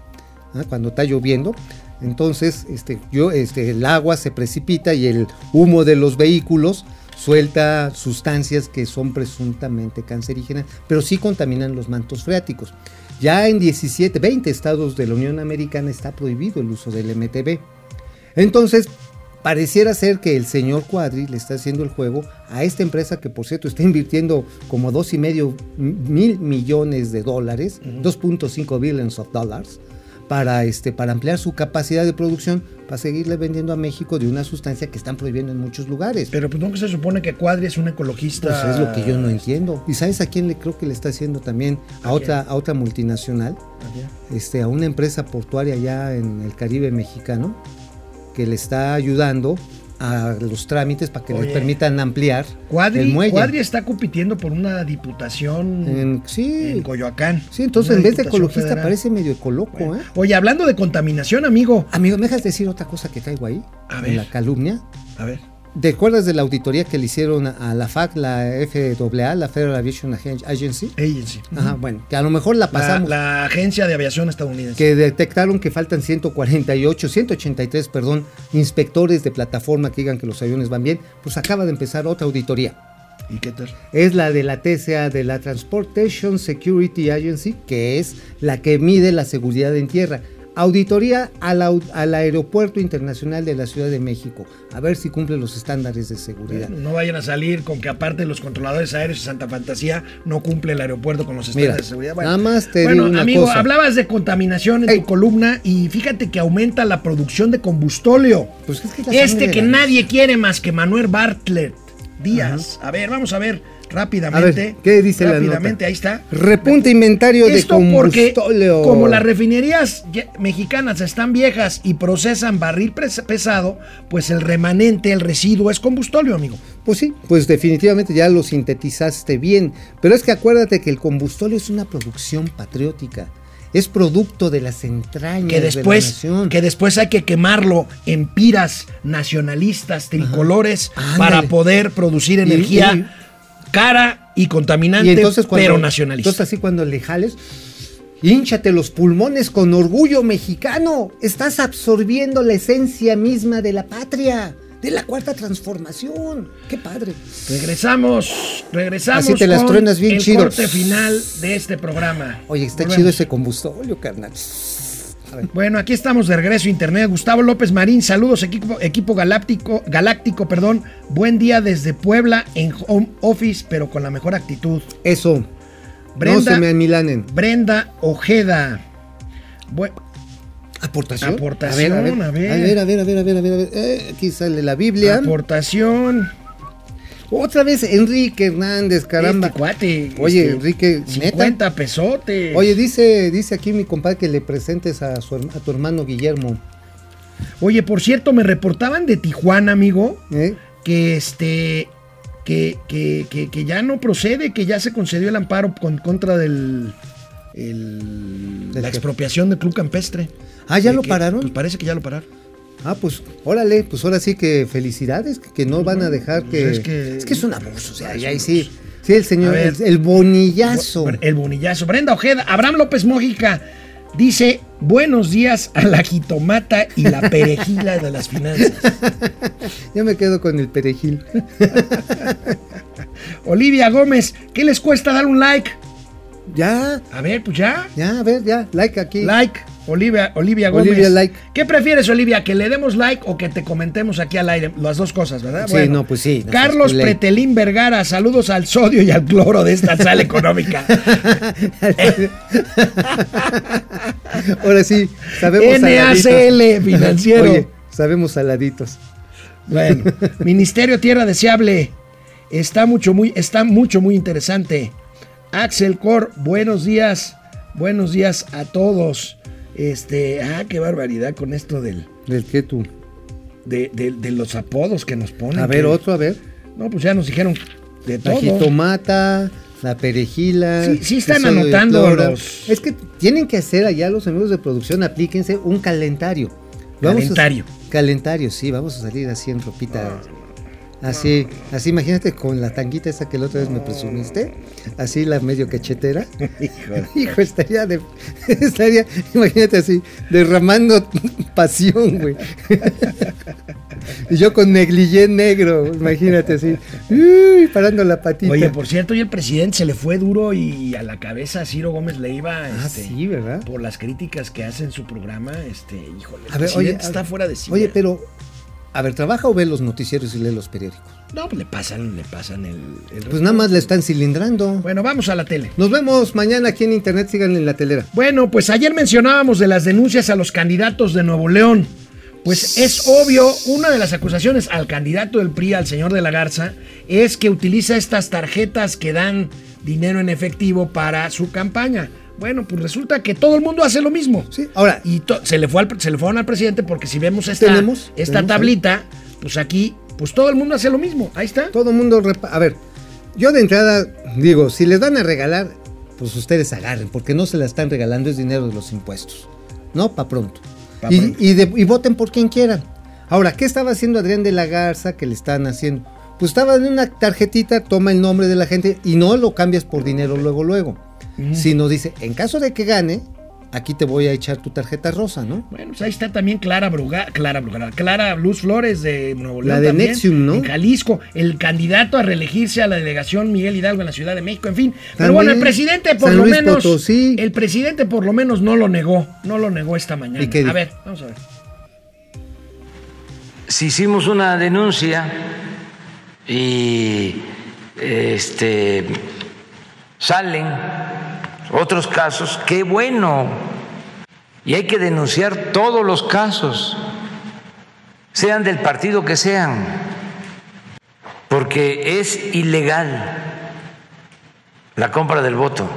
Speaker 2: ¿ah? cuando está lloviendo. Entonces, este, yo, este, el agua se precipita y el humo de los vehículos suelta sustancias que son presuntamente cancerígenas, pero sí contaminan los mantos freáticos. Ya en 17, 20 estados de la Unión Americana está prohibido el uso del MTB. Entonces, pareciera ser que el señor Cuadri le está haciendo el juego a esta empresa que, por cierto, está invirtiendo como dos y medio mil millones de dólares, 2.5 billions of dollars, para, este, para ampliar su capacidad de producción, para seguirle vendiendo a México de una sustancia que están prohibiendo en muchos lugares.
Speaker 1: Pero pues nunca se supone que Cuadri es un ecologista.
Speaker 2: Pues es lo que yo no entiendo. ¿Y sabes a quién le creo que le está haciendo también? A, otra, a otra multinacional, este, a una empresa portuaria allá en el Caribe mexicano, que le está ayudando a los trámites para que les
Speaker 1: Oye.
Speaker 2: permitan ampliar el
Speaker 1: Cuadri,
Speaker 2: muelle.
Speaker 1: Cuadri está compitiendo por una diputación
Speaker 2: En- sí.
Speaker 1: en Coyoacán.
Speaker 2: Sí, entonces
Speaker 1: Una
Speaker 2: en vez de
Speaker 1: diputación
Speaker 2: ecologista
Speaker 1: federal.
Speaker 2: parece medio ecoloco, ¿eh?
Speaker 1: Oye, hablando de contaminación, amigo.
Speaker 2: Amigo, ¿me dejas decir otra cosa que traigo ahí?
Speaker 1: A
Speaker 2: en
Speaker 1: ver.
Speaker 2: la calumnia.
Speaker 1: A ver.
Speaker 2: ¿Te acuerdas de la auditoría que le hicieron a, a la FAC, la FAA, la Federal Aviation Agen- Agency?
Speaker 1: Agency.
Speaker 2: Ajá, bueno, que a lo mejor la
Speaker 1: La,
Speaker 2: pasamos.
Speaker 1: la agencia de aviación estadounidense.
Speaker 2: que detectaron que faltan 148, 183, perdón, inspectores de plataforma que digan que los aviones van bien, pues acaba de empezar otra auditoría.
Speaker 1: ¿Y qué tal?
Speaker 2: Es la de la TSA, de la Transportation Security Agency, que es la que mide la seguridad en tierra. Auditoría al, au- al Aeropuerto Internacional de la Ciudad de México, a ver si cumple los estándares de seguridad.
Speaker 1: No vayan a salir con que aparte los controladores aéreos de Santa Fantasía no cumple el aeropuerto con los estándares
Speaker 2: Mira,
Speaker 1: de seguridad.
Speaker 2: nada más te
Speaker 1: bueno,
Speaker 2: digo una
Speaker 1: amigo,
Speaker 2: cosa.
Speaker 1: hablabas de contaminación en
Speaker 2: Ey.
Speaker 1: tu columna y fíjate que aumenta la producción de combustóleo.
Speaker 2: Pues es que es la sangre
Speaker 1: este
Speaker 2: de
Speaker 1: que
Speaker 2: la-
Speaker 1: nadie quiere más que Manuel Bartlett Díaz. A ver, vamos a ver rápidamente.
Speaker 2: A ver, ¿qué dice la nota?
Speaker 1: Rápidamente, ahí está.
Speaker 2: Repunta inventario de
Speaker 1: Esto porque
Speaker 2: combustóleo.
Speaker 1: como las refinerías ye- mexicanas están viejas y procesan barril pres- pesado, pues el remanente, el residuo es combustóleo, amigo.
Speaker 2: Pues sí, pues definitivamente ya lo sintetizaste bien. Pero es que acuérdate que el combustóleo es una producción patriótica. Es producto de las entrañas
Speaker 1: Que después,
Speaker 2: de la nación.
Speaker 1: que después hay que quemarlo en piras nacionalistas, tricolores,
Speaker 2: Ándale.
Speaker 1: para poder producir energía cara y contaminante,
Speaker 2: y entonces cuando,
Speaker 1: pero nacionalista.
Speaker 2: Entonces así cuando le jales, hinchate los pulmones con orgullo mexicano. Estás absorbiendo la esencia misma de la patria, de la cuarta transformación. Qué padre.
Speaker 1: regresamos, regresamos
Speaker 2: Así te las
Speaker 1: con
Speaker 2: truenas bien
Speaker 1: el
Speaker 2: chido.
Speaker 1: corte final de este programa.
Speaker 2: Oye, está
Speaker 1: Volvemos.
Speaker 2: chido ese combustóleo, carnal.
Speaker 1: Bueno, aquí estamos de regreso a internet. Gustavo López Marín, saludos equipo, equipo galáctico, galáctico, perdón. Buen día desde Puebla en home office, pero con la mejor actitud.
Speaker 2: Eso.
Speaker 1: Brenda-
Speaker 2: no se me amilanen.
Speaker 1: Brenda Ojeda. Bu-
Speaker 2: Aportación.
Speaker 1: Aportación,
Speaker 2: A ver, a ver, a ver, a ver, a ver, a ver, a ver, a ver. Eh, aquí sale la Biblia.
Speaker 1: aportación.
Speaker 2: Otra vez Enrique Hernández, caramba.
Speaker 1: Este cuate.
Speaker 2: Oye,
Speaker 1: este,
Speaker 2: Enrique, ¿neta?
Speaker 1: 50 pesotes.
Speaker 2: Oye, dice, dice aquí mi compadre que le presentes a, su herma- a tu hermano Guillermo.
Speaker 1: Oye, por cierto, me reportaban de Tijuana, amigo,
Speaker 2: ¿eh?
Speaker 1: que este. Que, que, que, que ya no procede, que ya se concedió el amparo con contra del. el-
Speaker 2: ¿Del
Speaker 1: la
Speaker 2: qué?
Speaker 1: expropiación del club campestre.
Speaker 2: Ah, ¿ya
Speaker 1: De
Speaker 2: lo
Speaker 1: que-
Speaker 2: pararon?
Speaker 1: pues parece que ya lo pararon.
Speaker 2: Ah, pues, órale, pues ahora sí que felicidades, que que no van a dejar
Speaker 1: pues
Speaker 2: que...
Speaker 1: es que-
Speaker 2: es un abuso, o sea,
Speaker 1: Es
Speaker 2: y
Speaker 1: un
Speaker 2: ahí
Speaker 1: abuso.
Speaker 2: sí. Sí, el
Speaker 1: A
Speaker 2: señor,
Speaker 1: ver. eh.
Speaker 2: el, el bonillazo.
Speaker 1: Bu- El bonillazo. Brenda Ojeda, Abraham López Mójica dice: Buenos días a la jitomata y la perejila de las finanzas.
Speaker 2: Yo me quedo con el perejil.
Speaker 1: Olivia Gómez, ¿qué les cuesta dar un like?
Speaker 2: ya,
Speaker 1: A ver, pues ya.
Speaker 2: ya, a ver, ya, like aquí.
Speaker 1: Like, Olivia, Olivia Gómez.
Speaker 2: Olivia, like.
Speaker 1: ¿Qué prefieres, Olivia? ¿Que le demos like o que te comentemos aquí al aire? Las dos cosas, ¿verdad?
Speaker 2: Sí, no, pues sí, no seas
Speaker 1: Carlos
Speaker 2: culé.
Speaker 1: Pretelín Vergara, saludos al sodio y al cloro de esta sala económica.
Speaker 2: Ahora sí, sabemos saladitos.
Speaker 1: NACL financiero.
Speaker 2: Oye, sabemos saladitos.
Speaker 1: Bueno, Ministerio Tierra Deseable. Está mucho, muy, está mucho, muy interesante. Axel Cor, buenos días. Buenos días a todos. Este, ah, qué barbaridad con esto del,
Speaker 2: ¿Del qué tú?
Speaker 1: de, de- de los apodos que nos ponen.
Speaker 2: A ver,
Speaker 1: que-
Speaker 2: otro, a ver.
Speaker 1: No, pues ya nos dijeron de
Speaker 2: La
Speaker 1: todo.
Speaker 2: jitomata, la perejila.
Speaker 1: Sí, sí están
Speaker 2: el sodio de
Speaker 1: anotando
Speaker 2: cloro.
Speaker 1: los-
Speaker 2: Es que tienen que hacer allá los amigos de producción, aplíquense un calendario.
Speaker 1: Calentario.
Speaker 2: A, calentario, sí, vamos a salir así en ropita. Así, así imagínate con la tanguita esa que la otra vez me presumiste, así la medio cachetera.
Speaker 1: Híjole.
Speaker 2: Hijo, estaría, de- estaría, imagínate así, derramando pasión, güey. y yo con negligé negro, imagínate así, uy, parando la patita.
Speaker 1: Oye, por cierto, y el presidente se le fue duro y a la cabeza a Ciro Gómez le iba
Speaker 2: Ah,
Speaker 1: este,
Speaker 2: sí, ¿verdad?
Speaker 1: por las críticas que hace en su programa. Este, híjole, el
Speaker 2: A ver,
Speaker 1: presidente
Speaker 2: oye,
Speaker 1: está
Speaker 2: a-
Speaker 1: fuera de sí.
Speaker 2: Oye, pero, a ver, ¿trabaja o ve los noticieros y lee los periódicos?
Speaker 1: No, pues le pasan, le pasan el. el
Speaker 2: Pues nada más le están cilindrando.
Speaker 1: Bueno, vamos a la tele.
Speaker 2: Nos vemos mañana aquí en Internet, síganle en la telera.
Speaker 1: Bueno, pues ayer mencionábamos de las denuncias a los candidatos de Nuevo León. Pues es obvio, una de las acusaciones al candidato del PRI, al señor de la Garza, es que utiliza estas tarjetas que dan dinero en efectivo para su campaña. Bueno, pues resulta que todo el mundo hace lo mismo.
Speaker 2: Sí, ahora,
Speaker 1: Y to- se le fue al, pre- se le fueron al presidente porque si vemos esta,
Speaker 2: Tenemos,
Speaker 1: esta
Speaker 2: tenemos,
Speaker 1: tablita, pues aquí, pues todo el mundo hace lo mismo. Ahí está.
Speaker 2: Todo mundo. repa- A ver, yo de entrada digo, si les van a regalar, pues ustedes agarren, porque no se la están regalando, es dinero de los impuestos. No, para pronto.
Speaker 1: Pa'
Speaker 2: y,
Speaker 1: pronto.
Speaker 2: y de- y voten por quien quieran. Ahora, ¿qué estaba haciendo Adrián de la Garza que le están haciendo? Pues estaba en una tarjetita, toma el nombre de la gente y no lo cambias por dinero luego, luego.
Speaker 1: Mm.
Speaker 2: Sino dice, en caso de que gane, aquí te voy a echar tu tarjeta rosa, ¿no?
Speaker 1: Bueno, pues ahí está también Clara Bruga, Clara Bruga, Clara Luz Flores de Nuevo León.
Speaker 2: La de
Speaker 1: también,
Speaker 2: Nexium, ¿no?
Speaker 1: En Jalisco, el candidato a reelegirse a la delegación Miguel Hidalgo en la Ciudad de México, en fin. Pero
Speaker 2: También,
Speaker 1: bueno, el presidente por
Speaker 2: San
Speaker 1: lo
Speaker 2: Luis
Speaker 1: menos.
Speaker 2: Potosí.
Speaker 1: El presidente por lo menos no lo negó. No lo negó esta mañana.
Speaker 2: ¿Y qué
Speaker 1: a
Speaker 2: dijo?
Speaker 1: ver, vamos a ver.
Speaker 8: si hicimos una denuncia y este salen otros casos, qué bueno. Y hay que denunciar todos los casos, sean del partido que sean, porque es ilegal la compra del voto.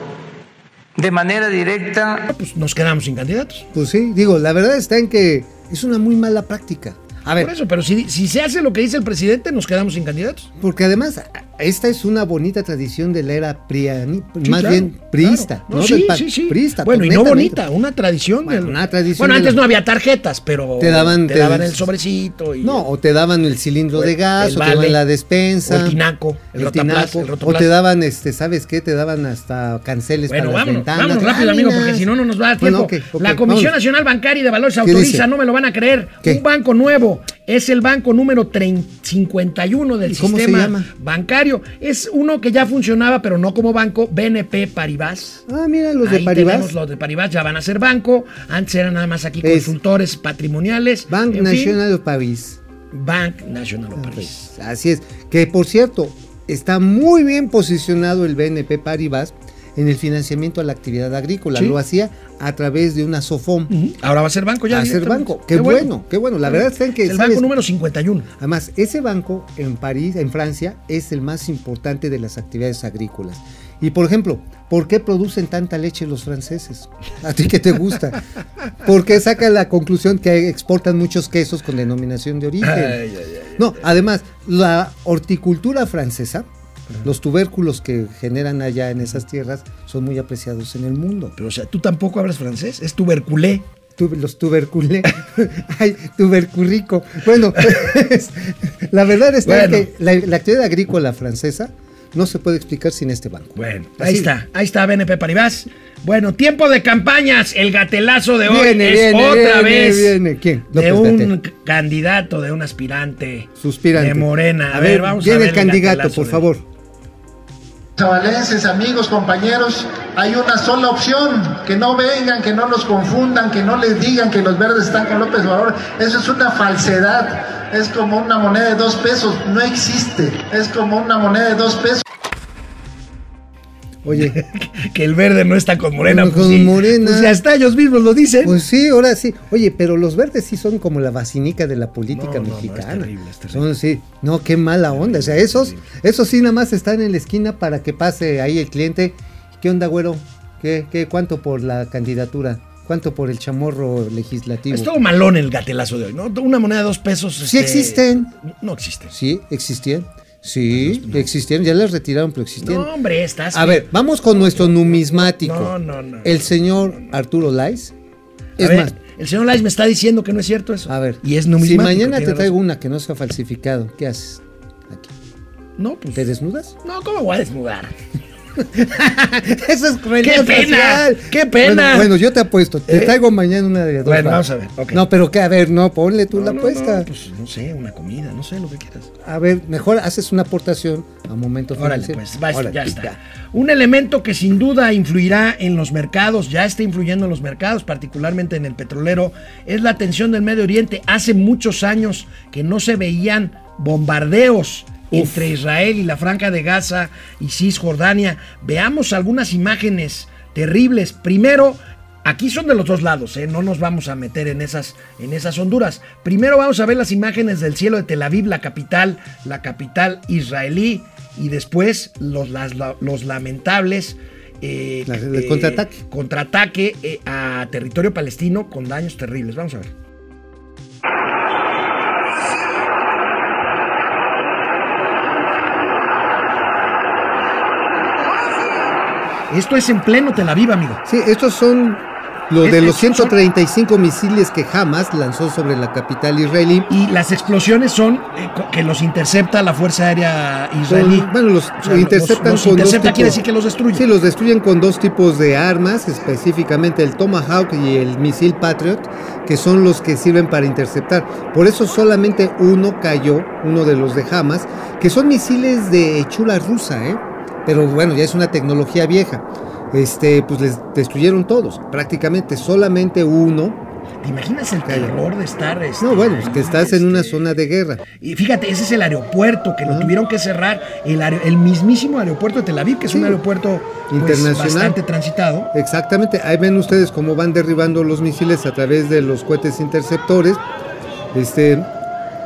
Speaker 8: De manera directa
Speaker 1: Ah, Pues nos quedamos sin candidatos.
Speaker 2: Pues sí, digo, la verdad está en que es una muy mala práctica. A ver,
Speaker 1: Por eso, pero si, si se hace lo que dice el presidente, nos quedamos sin candidatos.
Speaker 2: Porque además, esta es una bonita tradición de la era priani,
Speaker 1: Sí,
Speaker 2: más
Speaker 1: claro,
Speaker 2: bien priista.
Speaker 1: claro.
Speaker 2: ¿no?
Speaker 1: sí,
Speaker 2: Del pa-
Speaker 1: sí, sí.
Speaker 2: Priista,
Speaker 1: bueno, y no
Speaker 2: completamente.
Speaker 1: bonita, una tradición.
Speaker 2: Bueno,
Speaker 1: del-
Speaker 2: una tradición
Speaker 1: Bueno,
Speaker 2: de
Speaker 1: antes
Speaker 2: la-
Speaker 1: no había tarjetas, pero
Speaker 2: Te daban-
Speaker 1: te
Speaker 2: te-
Speaker 1: daban el sobrecito. Y
Speaker 2: No, o te daban el cilindro
Speaker 1: O el-
Speaker 2: de gas,
Speaker 1: el
Speaker 2: o te
Speaker 1: vale,
Speaker 2: daban la despensa.
Speaker 1: o el tinaco, el
Speaker 2: el
Speaker 1: rotoplas,
Speaker 2: tinaco,
Speaker 1: el
Speaker 2: o
Speaker 1: rotoplas.
Speaker 2: te daban, este, ¿sabes qué? Te daban hasta canceles
Speaker 1: Bueno,
Speaker 2: Pues, para las
Speaker 1: vámonos,
Speaker 2: ventanas.
Speaker 1: vámonos rápido, amigo, porque si no, no nos va a dar tiempo.
Speaker 2: Bueno, ok, ok,
Speaker 1: la Comisión
Speaker 2: vámonos.
Speaker 1: Nacional Bancaria y de Valores
Speaker 2: dice?
Speaker 1: autoriza, no me lo van a creer,
Speaker 2: ¿Qué?
Speaker 1: un banco nuevo. Es el banco número 30 51 del
Speaker 2: ¿Y cómo se
Speaker 1: sistema
Speaker 2: llama?
Speaker 1: bancario. Es uno que ya funcionaba, pero no como banco, BNP Paribas.
Speaker 2: Ah, mira, los de
Speaker 1: Ahí
Speaker 2: Paribas.
Speaker 1: tenemos los de Paribas, ya van a ser banco. Antes eran nada más aquí
Speaker 2: Es-
Speaker 1: consultores patrimoniales. en
Speaker 2: Bank
Speaker 1: fin,
Speaker 2: National de París.
Speaker 1: Bank National of Paris.
Speaker 2: Así es. Que por cierto, está muy bien posicionado el BNP Paribas en el financiamiento a la actividad agrícola.
Speaker 1: Sí. Mm.
Speaker 2: Lo hacía a través de una SOFOM.
Speaker 1: Ujú, Ahora va a ser banco ya.
Speaker 2: a ser
Speaker 1: directamente.
Speaker 2: banco. Qué, bueno, qué bueno. La verdad es que
Speaker 1: Es el
Speaker 2: ¿sabes?
Speaker 1: banco número 51.
Speaker 2: Además, ese banco en París, en Francia, es el más importante de las actividades agrícolas. Y por ejemplo, ¿por qué producen tanta leche los franceses? A ti que te gusta. Porque saca la conclusión que exportan muchos quesos con denominación de origen.
Speaker 1: Ay, ay, ay.
Speaker 2: No, además, la horticultura francesa, los tubérculos que generan allá en esas tierras son muy apreciados en el mundo.
Speaker 1: Pero, o sea, tú tampoco hablas francés, es tuberculé.
Speaker 2: Tu- los tuberculé. Ay, tubercurrico. Bueno, es- la verdad es
Speaker 1: Bueno.
Speaker 2: que la, la actividad agrícola francesa no se puede explicar sin este banco.
Speaker 1: Bueno, ahí
Speaker 2: Así.
Speaker 1: está, ahí está BNP Paribas. Bueno, tiempo de campañas, el gatelazo de hoy
Speaker 2: Viene,
Speaker 1: es
Speaker 2: viene,
Speaker 1: otra
Speaker 2: viene,
Speaker 1: vez
Speaker 2: viene. pues, ¿Quién?
Speaker 1: de
Speaker 2: López
Speaker 1: un
Speaker 2: Gatel.
Speaker 1: candidato, de un aspirante,
Speaker 2: Suspirante.
Speaker 1: de Morena. A, ver, vamos a
Speaker 2: viene
Speaker 1: ver
Speaker 2: el candidato,
Speaker 1: gatelazo
Speaker 2: por
Speaker 1: de-
Speaker 2: favor.
Speaker 9: Chavalenses, amigos, compañeros, hay una sola opción, que no vengan, que no los confundan, que no les digan que los verdes están con López Obrador, eso es una falsedad, es como una moneda de dos pesos, no existe, es como una moneda de dos pesos.
Speaker 2: Oye,
Speaker 1: que el verde no está con Morena.
Speaker 2: Bueno,
Speaker 1: pues
Speaker 2: con
Speaker 1: sí.
Speaker 2: Morena.
Speaker 1: Pues hasta ellos mismos lo dicen.
Speaker 2: pues sí, ahora sí. Oye, pero los verdes sí son como la vacinica de la política
Speaker 1: No, no, no, es
Speaker 2: mexicana.
Speaker 1: terrible, es terrible.
Speaker 2: Son, sí. No, qué mala onda. O sea, esos, esos sí nada más están en la esquina para que pase ahí el cliente. ¿Qué onda, güero? ¿Qué, qué, ¿Cuánto por la candidatura? ¿Cuánto por el chamorro legislativo?
Speaker 1: Estuvo malón el gatelazo de hoy, ¿no? Una moneda de dos pesos. este,
Speaker 2: Sí existen.
Speaker 1: No existen.
Speaker 2: Sí, existían. Sí, existían. Ya las retiraron, pero existían.
Speaker 1: No, hombre, estás.
Speaker 2: A ver, vamos con nuestro numismático.
Speaker 1: No, no, no.
Speaker 2: El señor Arturo Lais.
Speaker 1: A
Speaker 2: Es
Speaker 1: ver,
Speaker 2: más,
Speaker 1: el señor Lais me está diciendo que no es cierto eso.
Speaker 2: a ver.
Speaker 1: Y es
Speaker 2: Si
Speaker 1: numismático.
Speaker 2: mañana
Speaker 1: tiene
Speaker 2: te traigo
Speaker 1: razón.
Speaker 2: una que no sea falsificado, ¿qué haces? Aquí.
Speaker 1: No, pues.
Speaker 2: ¿Te desnudas?
Speaker 1: No, ¿cómo voy a desnudar?
Speaker 2: Eso es crueldad
Speaker 1: ¡Qué pena!
Speaker 2: social.
Speaker 1: ¡Qué pena!
Speaker 2: Bueno, bueno, yo te apuesto. Te
Speaker 1: ¿Eh?
Speaker 2: traigo mañana una de dos.
Speaker 1: Bueno,
Speaker 2: va.
Speaker 1: vamos a ver, ok.
Speaker 2: No, pero que, a ver, no, ponle tú la
Speaker 1: No, no,
Speaker 2: apuesta.
Speaker 1: no, pues no sé, una comida, no sé, lo que quieras.
Speaker 2: A ver, mejor haces una aportación a momento
Speaker 1: Órale,
Speaker 2: financiero.
Speaker 1: pues, va,
Speaker 2: Órale,
Speaker 1: ya está. Un elemento que sin duda influirá en los mercados, ya está influyendo en los mercados, particularmente en el petrolero, es la tensión del Medio Oriente. Hace muchos años que no se veían bombardeos entre Israel y la Franja de Gaza y Cisjordania. Veamos algunas imágenes terribles. Primero, Aquí son de los dos lados, ¿eh? no nos vamos a meter en esas, en esas honduras. Primero vamos a ver las imágenes del cielo de Tel Aviv, la capital, la capital israelí, y después los, las- la- los lamentables eh,
Speaker 2: Las- el contraataque.
Speaker 1: contraataque, eh, a territorio palestino con daños terribles. Vamos a ver. Esto es en pleno Tel Aviv, amigo.
Speaker 2: Sí, estos son lo
Speaker 1: Este Es-
Speaker 2: de los
Speaker 1: es- son-
Speaker 2: 135 misiles que Hamas lanzó sobre la capital israelí.
Speaker 1: Y las explosiones son eh, co- que los intercepta la Fuerza Aérea israelí.
Speaker 2: Con- bueno, los
Speaker 1: O sea,
Speaker 2: interceptan
Speaker 1: los
Speaker 2: con dos
Speaker 1: intercepta
Speaker 2: tipos-
Speaker 1: quiere decir que los destruye.
Speaker 2: Sí, los destruyen con dos tipos de armas, específicamente el Tomahawk y el misil Patriot, que son los que sirven para interceptar. Por eso solamente uno cayó, uno de los de Hamas, que son misiles de hechura rusa, ¿eh? Pero bueno, ya es una tecnología vieja. Este, pues les destruyeron todos, prácticamente solamente uno.
Speaker 1: ¿Te imaginas el terror de estar? este,
Speaker 2: No, bueno, pues
Speaker 1: ahí,
Speaker 2: que estás en una
Speaker 1: este,
Speaker 2: zona Ah. de guerra.
Speaker 1: Y fíjate, ese es el aeropuerto que lo tuvieron que cerrar, el, aer- el mismísimo aeropuerto de Tel Aviv, que es
Speaker 2: Sí.
Speaker 1: un aeropuerto pues,
Speaker 2: Internacional.
Speaker 1: bastante transitado.
Speaker 2: Exactamente, ahí ven ustedes cómo van derribando los misiles a través de los cohetes interceptores. Este,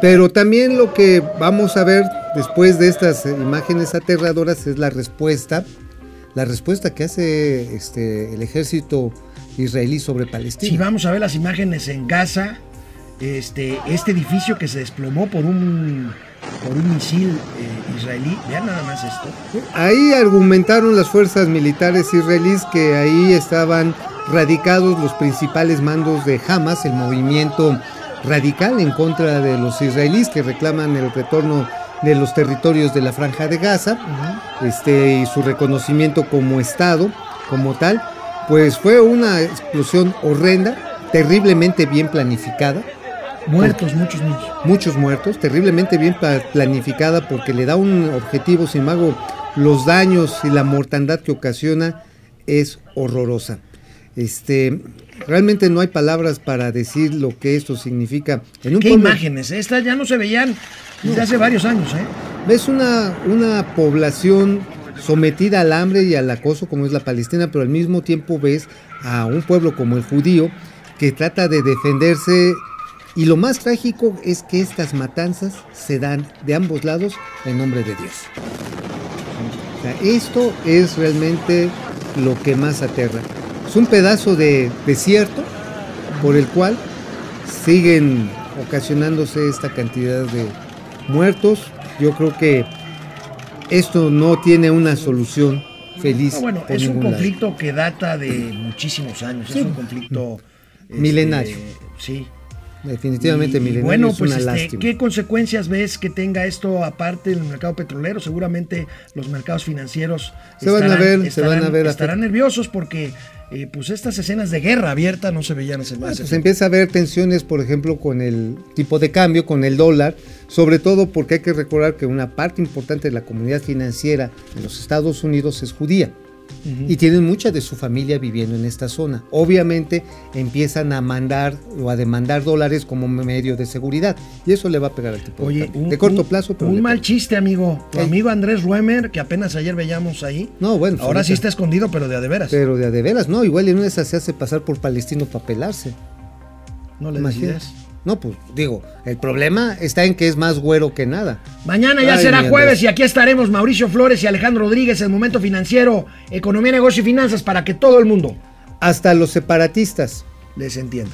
Speaker 2: pero también lo que vamos a ver después de estas eh, imágenes aterradoras es la respuesta, la respuesta que hace este, el ejército israelí sobre
Speaker 1: Si
Speaker 2: Palestina.
Speaker 1: vamos a ver las imágenes en Gaza, este, este edificio que se desplomó por un, por un misil eh, israelí, vean nada más esto.
Speaker 2: Ahí argumentaron las fuerzas militares israelíes que ahí estaban radicados los principales mandos de Hamas, el movimiento radical en contra de los israelíes que reclaman el retorno de los territorios de la Franja de Gaza este, y su reconocimiento como Estado, como tal. Pues fue una explosión horrenda, terriblemente bien planificada
Speaker 1: Muertos, muchos niños.
Speaker 2: muchos muertos, terriblemente bien pla- planificada porque le da un objetivo, sin embargo, los daños y la mortandad que ocasiona es horrorosa. Este, realmente no hay palabras para decir lo que esto significa. En un
Speaker 1: Qué
Speaker 2: pueblo-
Speaker 1: imágenes, eh? estas ya no se veían desde hace varios años, ¿eh?
Speaker 2: Ves una, una población sometida al hambre y al acoso como es la Palestina, pero al mismo tiempo ves a un pueblo como el judío que trata de defenderse y lo más trágico es que estas matanzas se dan de ambos lados en nombre de Dios. O sea, esto es realmente lo que más aterra. Es un pedazo de desierto por el cual siguen ocasionándose esta cantidad de muertos. Yo creo que esto no tiene una solución feliz.
Speaker 1: No, Ah, bueno,
Speaker 2: por
Speaker 1: es un
Speaker 2: ningún lado.
Speaker 1: conflicto que data de muchísimos años, es un conflicto este,
Speaker 2: Milenario.
Speaker 1: Sí.
Speaker 2: Definitivamente,
Speaker 1: Y- y
Speaker 2: milenario
Speaker 1: Bueno,
Speaker 2: es
Speaker 1: pues
Speaker 2: una
Speaker 1: este,
Speaker 2: lástima.
Speaker 1: ¿qué consecuencias ves que tenga esto aparte del mercado petrolero? Seguramente los mercados financieros
Speaker 2: Se van a ver, se van a
Speaker 1: estarán
Speaker 2: ver afectados.
Speaker 1: nerviosos porque eh, pues estas escenas de guerra abierta no se veían hace más.
Speaker 2: Pues se empieza a ver tensiones, por ejemplo, con el tipo de cambio, con el dólar, sobre todo porque hay que recordar que una parte importante de la comunidad financiera en los Estados Unidos es judía. y tienen mucha de su familia viviendo en esta zona. Obviamente empiezan a mandar o a demandar dólares como medio de seguridad y eso le va a pegar al tipo de
Speaker 1: Oye,
Speaker 2: cambio.
Speaker 1: un,
Speaker 2: de corto
Speaker 1: un-
Speaker 2: plazo. pero
Speaker 1: un
Speaker 2: le
Speaker 1: mal
Speaker 2: pega.
Speaker 1: chiste, amigo. Tu
Speaker 2: Ey.
Speaker 1: amigo Andrés Ruemer, que apenas ayer veíamos ahí.
Speaker 2: No, bueno,
Speaker 1: Ahora
Speaker 2: ahorita-
Speaker 1: sí está escondido, pero de a de veras.
Speaker 2: Pero de a de veras, no, igual en una de esas se hace pasar por palestino para pelarse.
Speaker 1: no le
Speaker 2: Imagínate.
Speaker 1: decidas.
Speaker 2: No, pues digo, el problema está en que es más güero que nada.
Speaker 1: Mañana ya
Speaker 2: Ay, mi
Speaker 1: será
Speaker 2: Andrés.
Speaker 1: jueves y aquí estaremos Mauricio Flores y Alejandro Rodríguez, el momento financiero, economía, negocio y finanzas para que todo el mundo
Speaker 2: Hasta los separatistas.
Speaker 1: les entienda.